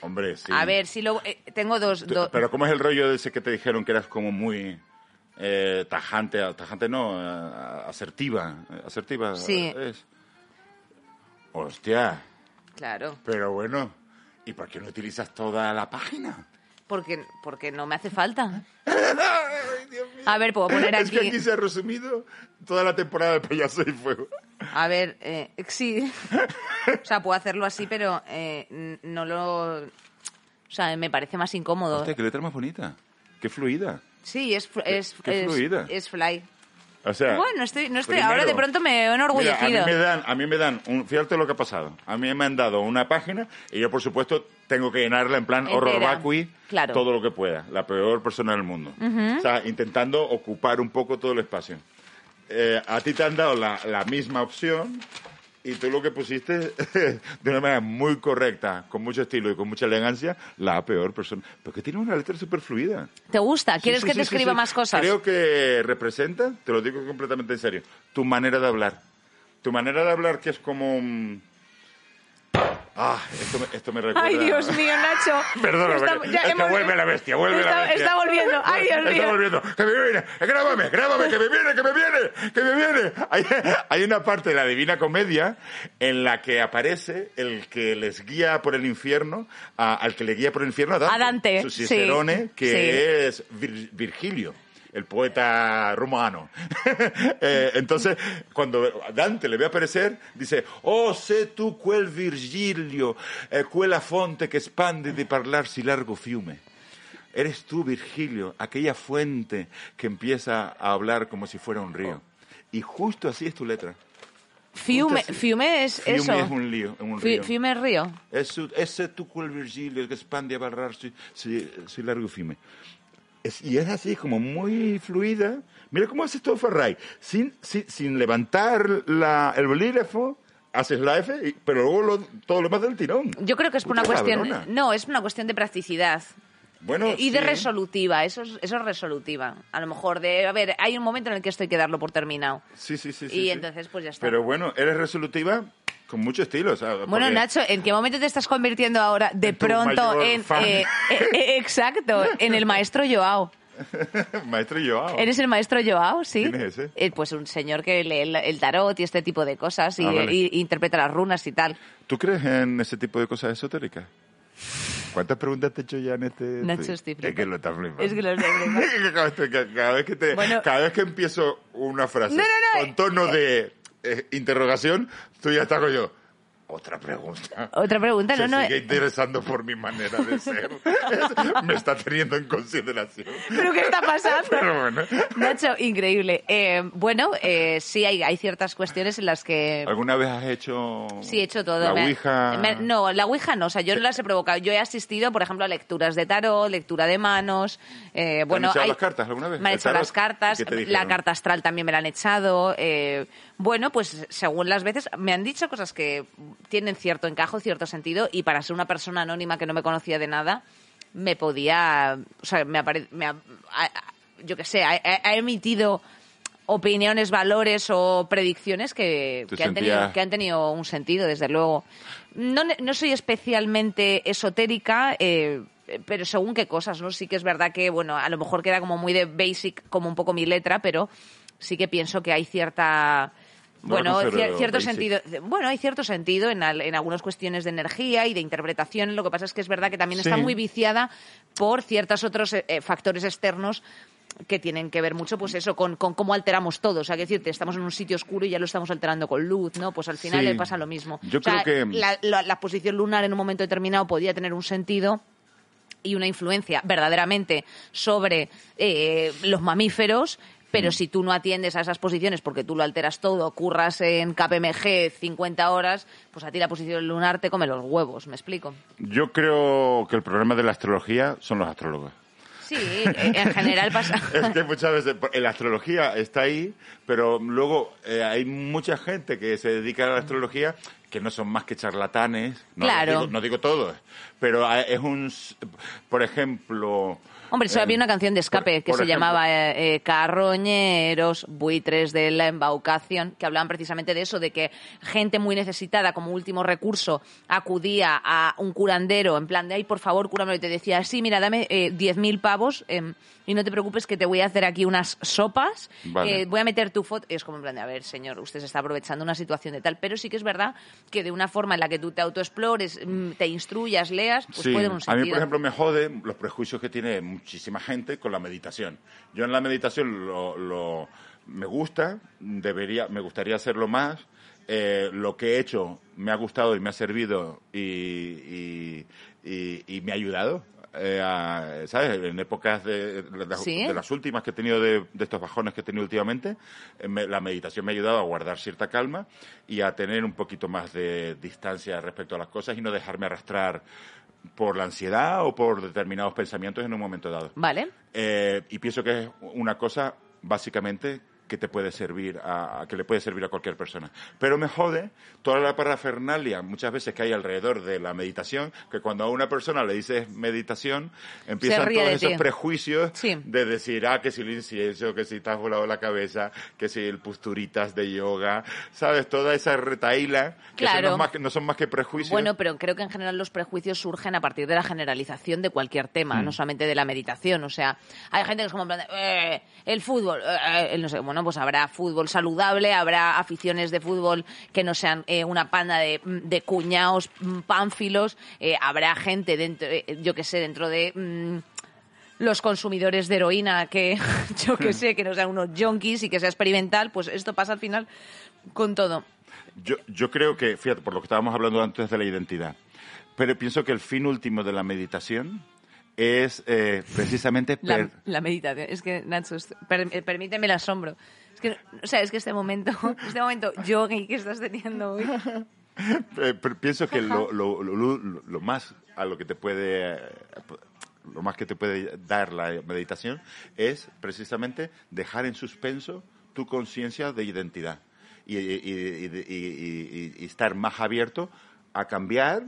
Speaker 1: hombre, sí.
Speaker 3: A ver, si lo. eh, tengo dos.
Speaker 1: Tú-
Speaker 3: do-
Speaker 1: Pero ¿cómo es el rollo de ese que te dijeron que eras como muy eh, tajante? Tajante no, eh, asertiva. eh, Asertiva.
Speaker 3: Sí.
Speaker 1: es. Hostia,
Speaker 3: Claro,
Speaker 1: pero bueno. ¿Y por qué no utilizas toda la página?
Speaker 3: porque, porque no me hace falta. A ver, puedo poner
Speaker 1: Es que
Speaker 3: aquí.
Speaker 1: aquí se ha resumido toda la temporada de Payaso y Fuego.
Speaker 3: A ver, eh, sí. O sea, puedo hacerlo así, pero eh, n- no lo. O sea, me parece más incómodo.
Speaker 1: Hostia, qué letra más bonita. Qué fluida.
Speaker 3: Sí, es, fl- es,
Speaker 1: qué
Speaker 3: es-
Speaker 1: fluida.
Speaker 3: es fly.
Speaker 1: O sea,
Speaker 3: bueno, estoy, no estoy.
Speaker 1: primero-
Speaker 3: ahora de pronto me he
Speaker 1: Mira, a
Speaker 3: enorgullecido.
Speaker 1: mí me dan, a mí me dan un, fíjate lo que ha pasado. A mí me han dado una página y yo, por supuesto, tengo que llenarla en plan horror
Speaker 3: Entera.
Speaker 1: vacui,
Speaker 3: Claro.
Speaker 1: todo lo que pueda. La peor persona del mundo. O sea, intentando ocupar un poco todo el espacio. Eh, a ti te han dado la, la misma opción y tú lo que pusiste de una manera muy correcta, con mucho estilo y con mucha elegancia, la peor persona. Porque tiene una letra súper fluida.
Speaker 3: ¿Te gusta? ¿Quieres
Speaker 1: Sí,
Speaker 3: que
Speaker 1: sí,
Speaker 3: te
Speaker 1: sí,
Speaker 3: escriba
Speaker 1: sí.
Speaker 3: más cosas?
Speaker 1: Creo que representa, te lo digo completamente en serio, tu manera de hablar. Tu manera de hablar que es como... mm, Ah, esto me, esto me recuerda...
Speaker 3: Ay, Dios mío, Nacho.
Speaker 1: Perdona,
Speaker 3: Está-
Speaker 1: porque
Speaker 3: ya
Speaker 1: es que
Speaker 3: hemos-
Speaker 1: vuelve la bestia, vuelve
Speaker 3: está,
Speaker 1: la bestia.
Speaker 3: Está volviendo. Ay, Dios
Speaker 1: Está
Speaker 3: mío.
Speaker 1: volviendo. ¡Que me viene! ¡Grábame, grábame! ¡Que me viene, que me viene! ¡Que me viene! Hay, hay una parte de la Divina Comedia en la que aparece el que les guía por el infierno, a- al que le guía por el infierno a Dante.
Speaker 3: A Dante,
Speaker 1: Su
Speaker 3: sí.
Speaker 1: Cicerone, que
Speaker 3: Sí.
Speaker 1: es Vir- Virgilio. El poeta romano. Eh, entonces, cuando Dante le ve aparecer, dice, Oh, sé tu quel Virgilio, eh, quella fonte que expande de parlar si largo fiume. Eres tú, Virgilio, aquella
Speaker 3: Oh.
Speaker 1: fuente que empieza a hablar como si fuera un río. Y justo así es tu letra.
Speaker 3: Fiume, fiume es
Speaker 1: Fiume
Speaker 3: eso.
Speaker 1: es un lío, es un
Speaker 3: Fi-
Speaker 1: río.
Speaker 3: Fiume es río.
Speaker 1: Eso, ese tu cual Virgilio que expande a barrar si, si, si largo fime. Es- y es así, como muy fluida. Mira cómo haces todo Ferrari. Sin, sin, sin levantar la, el bolígrafo, haces la F, y- pero luego lo- todo lo más del tirón.
Speaker 3: Yo creo que es por una
Speaker 1: Puta
Speaker 3: cuestión...
Speaker 1: cabrona.
Speaker 3: No, es una cuestión de practicidad.
Speaker 1: Bueno,
Speaker 3: y de
Speaker 1: sí.
Speaker 3: resolutiva, eso es, eso es resolutiva. A lo mejor de, a ver, hay un momento en el que esto hay que darlo por terminado.
Speaker 1: Sí, sí, sí.
Speaker 3: Y
Speaker 1: sí, sí.
Speaker 3: entonces, pues, ya está.
Speaker 1: Pero bueno, eres resolutiva con mucho estilo. o sea,
Speaker 3: Bueno,
Speaker 1: Pues porque-
Speaker 3: Nacho, ¿en qué momento te estás convirtiendo ahora de
Speaker 1: En tu
Speaker 3: pronto
Speaker 1: mayor
Speaker 3: en...
Speaker 1: fan.
Speaker 3: eh, eh, eh, exacto, en el maestro Joao.
Speaker 1: Maestro Joao.
Speaker 3: ¿Eres el maestro Joao? Sí.
Speaker 1: ¿Quién es ese?
Speaker 3: Eh, pues un señor que lee el, el tarot y este tipo de cosas y,
Speaker 1: Ah, vale.
Speaker 3: y- y interpreta las runas y tal.
Speaker 1: ¿Tú crees en ese tipo de cosas esotéricas? ¿Cuántas preguntas te he hecho ya en este...?
Speaker 3: Nacho,
Speaker 1: tweet?
Speaker 3: estoy flipando.
Speaker 1: Es que lo estás flipando.
Speaker 3: Es que lo estoy flipando.
Speaker 1: Es que cada vez que- cada, vez que te-
Speaker 3: Bueno.
Speaker 1: cada vez que empiezo una frase
Speaker 3: No, no, no, eh,
Speaker 1: con tono de eh, interrogación, tú ya estás con yo. Otra pregunta.
Speaker 3: Otra pregunta,
Speaker 1: Se
Speaker 3: no, eh. no.
Speaker 1: sigue interesando por mi manera de ser. Es- Me está teniendo en consideración.
Speaker 3: ¿Pero qué está pasando?
Speaker 1: Pero bueno.
Speaker 3: Nacho, increíble. Eh, bueno, eh, sí, hay, hay ciertas cuestiones en las que...
Speaker 1: ¿Alguna vez has hecho
Speaker 3: Sí, he hecho todo.
Speaker 1: la
Speaker 3: Me-
Speaker 1: ouija?
Speaker 3: me- no, la Ouija no. O sea, yo no las he provocado. Yo he asistido, por ejemplo, a lecturas de tarot, lectura de manos. eh, bueno,
Speaker 1: echado
Speaker 3: hay-
Speaker 1: las cartas alguna vez?
Speaker 3: Me han
Speaker 1: ¿El
Speaker 3: echado
Speaker 1: tarot?
Speaker 3: las cartas.
Speaker 1: ¿Y qué te
Speaker 3: La
Speaker 1: dijeron?
Speaker 3: carta astral también me la han echado. eh, bueno, pues según las veces me han dicho cosas que tienen cierto encajo, cierto sentido. Y para ser una persona anónima que no me conocía de nada, me podía. O sea, me, apare- me ha- a- a- yo qué sé, ha, ha- ha emitido opiniones, valores o predicciones que,
Speaker 1: Te
Speaker 3: que han tenido,
Speaker 1: sentías-
Speaker 3: que han tenido un sentido, desde luego. No, ne- no soy especialmente esotérica, eh, pero según qué cosas, ¿no? Sí que es verdad que, bueno, a lo mejor queda como muy de basic, como un poco mi letra, pero sí que pienso que hay cierta...
Speaker 1: No,
Speaker 3: Bueno,
Speaker 1: no, pero
Speaker 3: cier- cierto
Speaker 1: basic.
Speaker 3: sentido, bueno, hay cierto sentido en, al- en algunas cuestiones de energía y de interpretación. Lo que pasa es que es verdad que también está
Speaker 1: Sí.
Speaker 3: muy viciada por ciertos otros eh, eh, factores externos que tienen que ver mucho, pues eso, con, con cómo alteramos todo. O sea, que decirte, estamos en un sitio oscuro y ya lo estamos alterando con luz, ¿no? Pues al final
Speaker 1: Sí.
Speaker 3: le pasa lo mismo.
Speaker 1: Yo
Speaker 3: O sea,
Speaker 1: creo que-
Speaker 3: La, la- la posición lunar en un momento determinado podía tener un sentido y una influencia verdaderamente sobre eh, los mamíferos,
Speaker 1: Mm.
Speaker 3: pero si tú no atiendes a esas posiciones porque tú lo alteras todo, curras en KPMG 50 horas, pues a ti la posición lunar te come los huevos, ¿me explico?
Speaker 1: Yo creo que el problema de la astrología son los astrólogos.
Speaker 3: Sí, en general pasa...
Speaker 1: Es que muchas veces por- la astrología está ahí, pero luego eh, hay mucha gente que se dedica a la astrología que no son más que charlatanes. No
Speaker 3: Claro.
Speaker 1: Digo, no digo todos, pero eh, es un, s- por ejemplo.
Speaker 3: Hombre, solo
Speaker 1: eh,
Speaker 3: había una canción de escape
Speaker 1: por-
Speaker 3: que
Speaker 1: por
Speaker 3: se
Speaker 1: ejemplo,
Speaker 3: llamaba eh, eh, Carroñeros, buitres de la embaucación, que hablaban precisamente de eso, de que gente muy necesitada como último recurso acudía a un curandero en plan de, ay, por favor, cúrame. Y te decía, sí, mira, dame eh, 10.000 pavos em, y no te preocupes que te voy a hacer aquí unas sopas,
Speaker 1: Vale.
Speaker 3: eh, voy a meter tu foto. Y es como en plan de, a ver, señor, usted se está aprovechando una situación de tal. Pero sí que es verdad que de una forma en la que tú te autoexplores, mm, te instruyas, leas, pues
Speaker 1: sí.
Speaker 3: puede tener un
Speaker 1: a
Speaker 3: sentido.
Speaker 1: mí, por ejemplo, me joden los prejuicios que tiene muchísima gente con la meditación. Yo en la meditación lo, lo- me gusta, debería, me gustaría hacerlo más. Eh, lo que he hecho me ha gustado y me ha servido y, y- y- y me ha ayudado. eh, a- ¿Sabes? En épocas de, de las-
Speaker 3: Sí.
Speaker 1: de las últimas que he tenido de, de estos bajones que he tenido últimamente, eh, me- la meditación me ha ayudado a guardar cierta calma y a tener un poquito más de distancia respecto a las cosas y no dejarme arrastrar por la ansiedad o por determinados pensamientos en un momento dado.
Speaker 3: Vale.
Speaker 1: Eh, y pienso que es una cosa básicamente que te puede servir a, a- que le puede servir a cualquier persona. Pero me jode toda la parafernalia muchas veces que hay alrededor de la meditación, que cuando a una persona le dices meditación, empiezan
Speaker 3: ríe
Speaker 1: todos
Speaker 3: de
Speaker 1: esos
Speaker 3: ti.
Speaker 1: prejuicios
Speaker 3: Sí.
Speaker 1: de decir, ah, que si el incienso, que si te has volado la cabeza, que si el posturitas de yoga, ¿sabes? Toda esa retaíla, que eso
Speaker 3: Claro.
Speaker 1: no, es más que- no son más que prejuicios.
Speaker 3: Bueno, pero creo que en general los prejuicios surgen a partir de la generalización de cualquier tema, no solamente de la meditación. O sea, hay gente que es como en plan de, "Eh, el fútbol, eh, eh", el no sé, bueno, pues habrá fútbol saludable, habrá aficiones de fútbol que no sean eh, una panda de, de cuñados mm, pánfilos, eh, habrá gente dentro, eh, yo qué sé, dentro de... mm, los consumidores de heroína que yo que sé que no sean unos junkies y que sea experimental pues esto pasa al final con todo
Speaker 1: Yo, yo creo que, fíjate, por lo que estábamos hablando antes de la identidad, pero pienso que el fin último de la meditación es eh, precisamente...
Speaker 3: La,
Speaker 1: per-
Speaker 3: la meditación. Es que, Nacho, es- per- eh, permíteme el asombro. Es que que, o sea, es que este momento, este momento yogi que estás teniendo hoy.
Speaker 1: Eh, pero pienso que lo, lo, lo- lo- lo más a lo que te puede eh, lo más que te puede dar la meditación es precisamente dejar en suspenso tu conciencia de identidad y, y- y- y- y- y- y estar más abierto a cambiar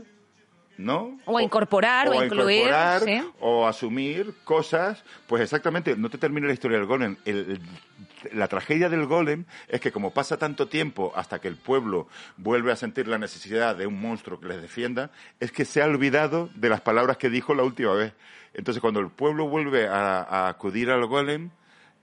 Speaker 1: ¿no?
Speaker 3: O a incorporar, o a incluir,
Speaker 1: incorporar,
Speaker 3: sí.
Speaker 1: o asumir cosas. Pues exactamente, no te termino la historia del golem. El- la tragedia del golem es que como pasa tanto tiempo hasta que el pueblo vuelve a sentir la necesidad de un monstruo que les defienda, es que se ha olvidado de las palabras que dijo la última vez. Entonces cuando el pueblo vuelve a, a acudir al golem,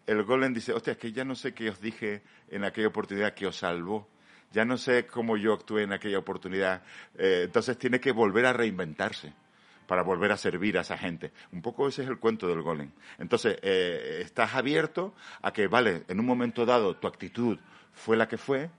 Speaker 1: el golem dice, hostia, es que ya no sé qué os dije en aquella oportunidad que os salvó. Ya no sé cómo yo actué en aquella oportunidad. Eh, entonces tiene que volver a reinventarse para volver a servir a esa gente. Un poco ese es el cuento del golem. Entonces, eh, estás abierto a que, vale, en un momento dado tu actitud fue la que fue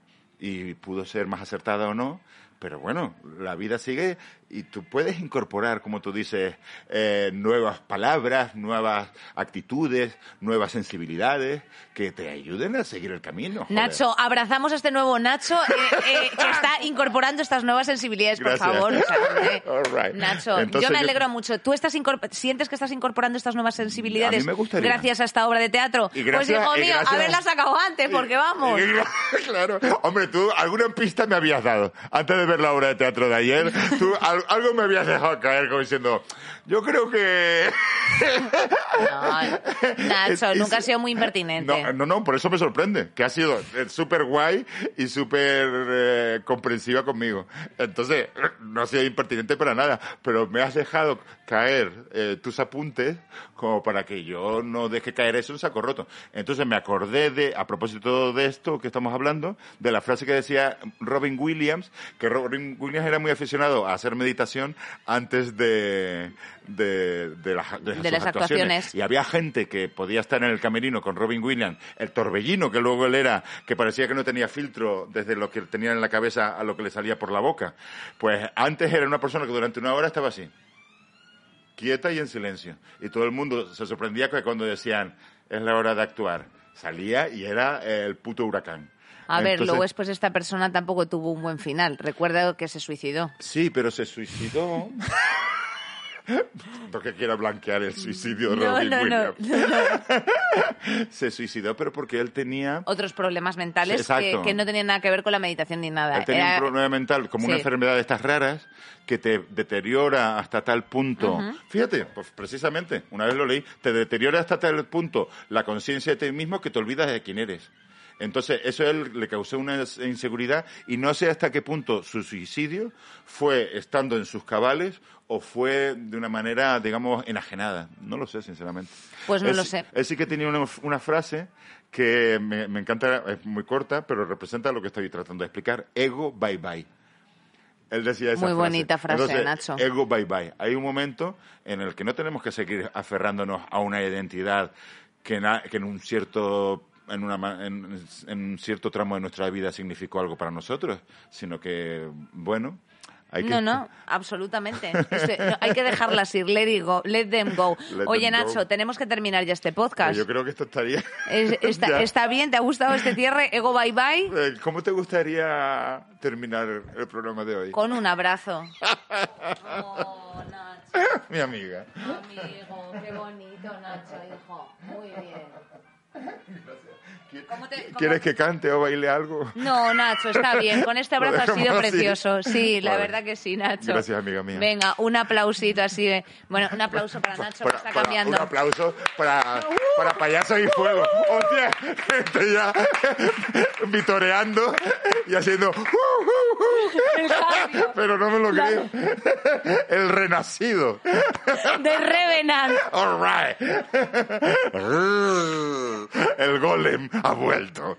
Speaker 1: y pudo ser más acertada o no, pero bueno, la vida sigue y tú puedes incorporar, como tú dices, eh, nuevas palabras, nuevas actitudes, nuevas sensibilidades que te ayuden a seguir el camino. joder.
Speaker 3: Nacho, abrazamos a este nuevo Nacho eh, eh, que está incorporando estas nuevas sensibilidades,
Speaker 1: Gracias.
Speaker 3: por favor. O sea, eh,
Speaker 1: All right.
Speaker 3: Nacho,
Speaker 1: Entonces
Speaker 3: yo me
Speaker 1: yo-
Speaker 3: alegro mucho. ¿Tú estás incorpor- sientes que estás incorporando estas nuevas sensibilidades
Speaker 1: A mí me gustaría.
Speaker 3: gracias a esta obra de teatro?
Speaker 1: Y gracias-
Speaker 3: pues hijo
Speaker 1: y
Speaker 3: mío,
Speaker 1: gracias-
Speaker 3: haberla sacado antes, porque vamos.
Speaker 1: claro. Hombre, tú alguna pista me habías dado. Antes de ver la obra de teatro de ayer, tú al- algo me habías dejado caer como diciendo, yo creo que...
Speaker 3: No, Nacho,
Speaker 1: Es-
Speaker 3: nunca
Speaker 1: es-
Speaker 3: has sido muy impertinente.
Speaker 1: No, no, no, por eso me sorprende, que ha sido eh, súper guay y súper eh, comprensiva conmigo. Entonces, no ha sido impertinente para nada, pero me has dejado caer eh, tus apuntes como para que yo no deje caer eso en saco roto. Entonces me acordé de, a propósito de esto que estamos hablando, de la frase que decía Robin Williams, que Robin Williams era muy aficionado a hacer meditación antes de, de, de, las- de
Speaker 3: De
Speaker 1: sus
Speaker 3: las actuaciones.
Speaker 1: y había gente que podía estar en el camerino con Robin Williams, el torbellino que luego él era, que parecía que no tenía filtro desde lo que tenía en la cabeza a lo que le salía por la boca. Pues antes era una persona que durante una hora estaba así, quieta y en silencio. Y todo el mundo se sorprendía que cuando decían, es la hora de actuar, salía y era eh, el puto huracán.
Speaker 3: A ver,
Speaker 1: Entonces-
Speaker 3: luego después esta persona tampoco tuvo un buen final. Recuerda que se suicidó.
Speaker 1: Sí, pero se suicidó. Porque quiera blanquear el suicidio de
Speaker 3: No,
Speaker 1: Robin
Speaker 3: no, no,
Speaker 1: Williams. se suicidó, pero porque él tenía
Speaker 3: Otros problemas mentales
Speaker 1: Sí, exacto.
Speaker 3: que, que no tenían nada que ver con la meditación ni nada.
Speaker 1: Él tenía
Speaker 3: Era-
Speaker 1: un problema mental, como una
Speaker 3: Sí.
Speaker 1: enfermedad de estas raras, que te deteriora hasta tal punto. Fíjate, pues precisamente, una vez lo leí, te deteriora hasta tal punto la conciencia de ti mismo que te olvidas de quién eres. Entonces, eso a él le causó una inseguridad y no sé hasta qué punto su suicidio fue estando en sus cabales o fue de una manera, digamos, enajenada. No lo sé, sinceramente.
Speaker 3: Pues no
Speaker 1: Él
Speaker 3: lo
Speaker 1: sí-
Speaker 3: sé.
Speaker 1: Él sí que tenía una, una frase que me, me encanta, es muy corta, pero representa lo que estoy tratando de explicar. Ego, bye bye. Él decía esa
Speaker 3: Muy
Speaker 1: frase.
Speaker 3: bonita frase,
Speaker 1: Entonces,
Speaker 3: Nacho.
Speaker 1: Ego, bye bye. Hay un momento en el que no tenemos que seguir aferrándonos a una identidad que, na- que en un cierto en, una, ma- en, en un cierto tramo de nuestra vida significó algo para nosotros, sino que, bueno, hay que...
Speaker 3: No, no, absolutamente. Estoy- no, hay que dejarlas ir, let, it go, let them go.
Speaker 1: Let
Speaker 3: Oye,
Speaker 1: them go.
Speaker 3: Nacho, tenemos que terminar ya este
Speaker 1: Pero
Speaker 3: podcast.
Speaker 1: Yo creo que esto estaría...
Speaker 3: Es- está,
Speaker 1: ya.
Speaker 3: está bien, ¿te ha gustado este cierre? Ego bye bye.
Speaker 1: Eh, ¿Cómo te gustaría terminar el programa de hoy?
Speaker 3: Con un abrazo. Oh, Nacho,
Speaker 1: Mi amiga.
Speaker 3: amigo, qué bonito, Nacho, hijo. Muy bien. ¿Cómo te- cómo-
Speaker 1: ¿Quieres que cante o baile algo?
Speaker 3: No, Nacho, está bien. Con este
Speaker 1: Lo
Speaker 3: abrazo ha sido
Speaker 1: dejamos así.
Speaker 3: precioso. Sí, la
Speaker 1: Vale.
Speaker 3: verdad que sí, Nacho.
Speaker 1: Gracias, amiga mía.
Speaker 3: Venga, un aplausito así. de- Bueno, un aplauso para Nacho que
Speaker 1: Para-
Speaker 3: está
Speaker 1: para-
Speaker 3: cambiando. Uh.
Speaker 1: un aplauso para, para Payaso y Fuego. ¡Hostia! Estoy ya vitoreando y haciendo... Pero no me lo creo. El renacido.
Speaker 3: De Revenant.
Speaker 1: All right. El golem ha vuelto.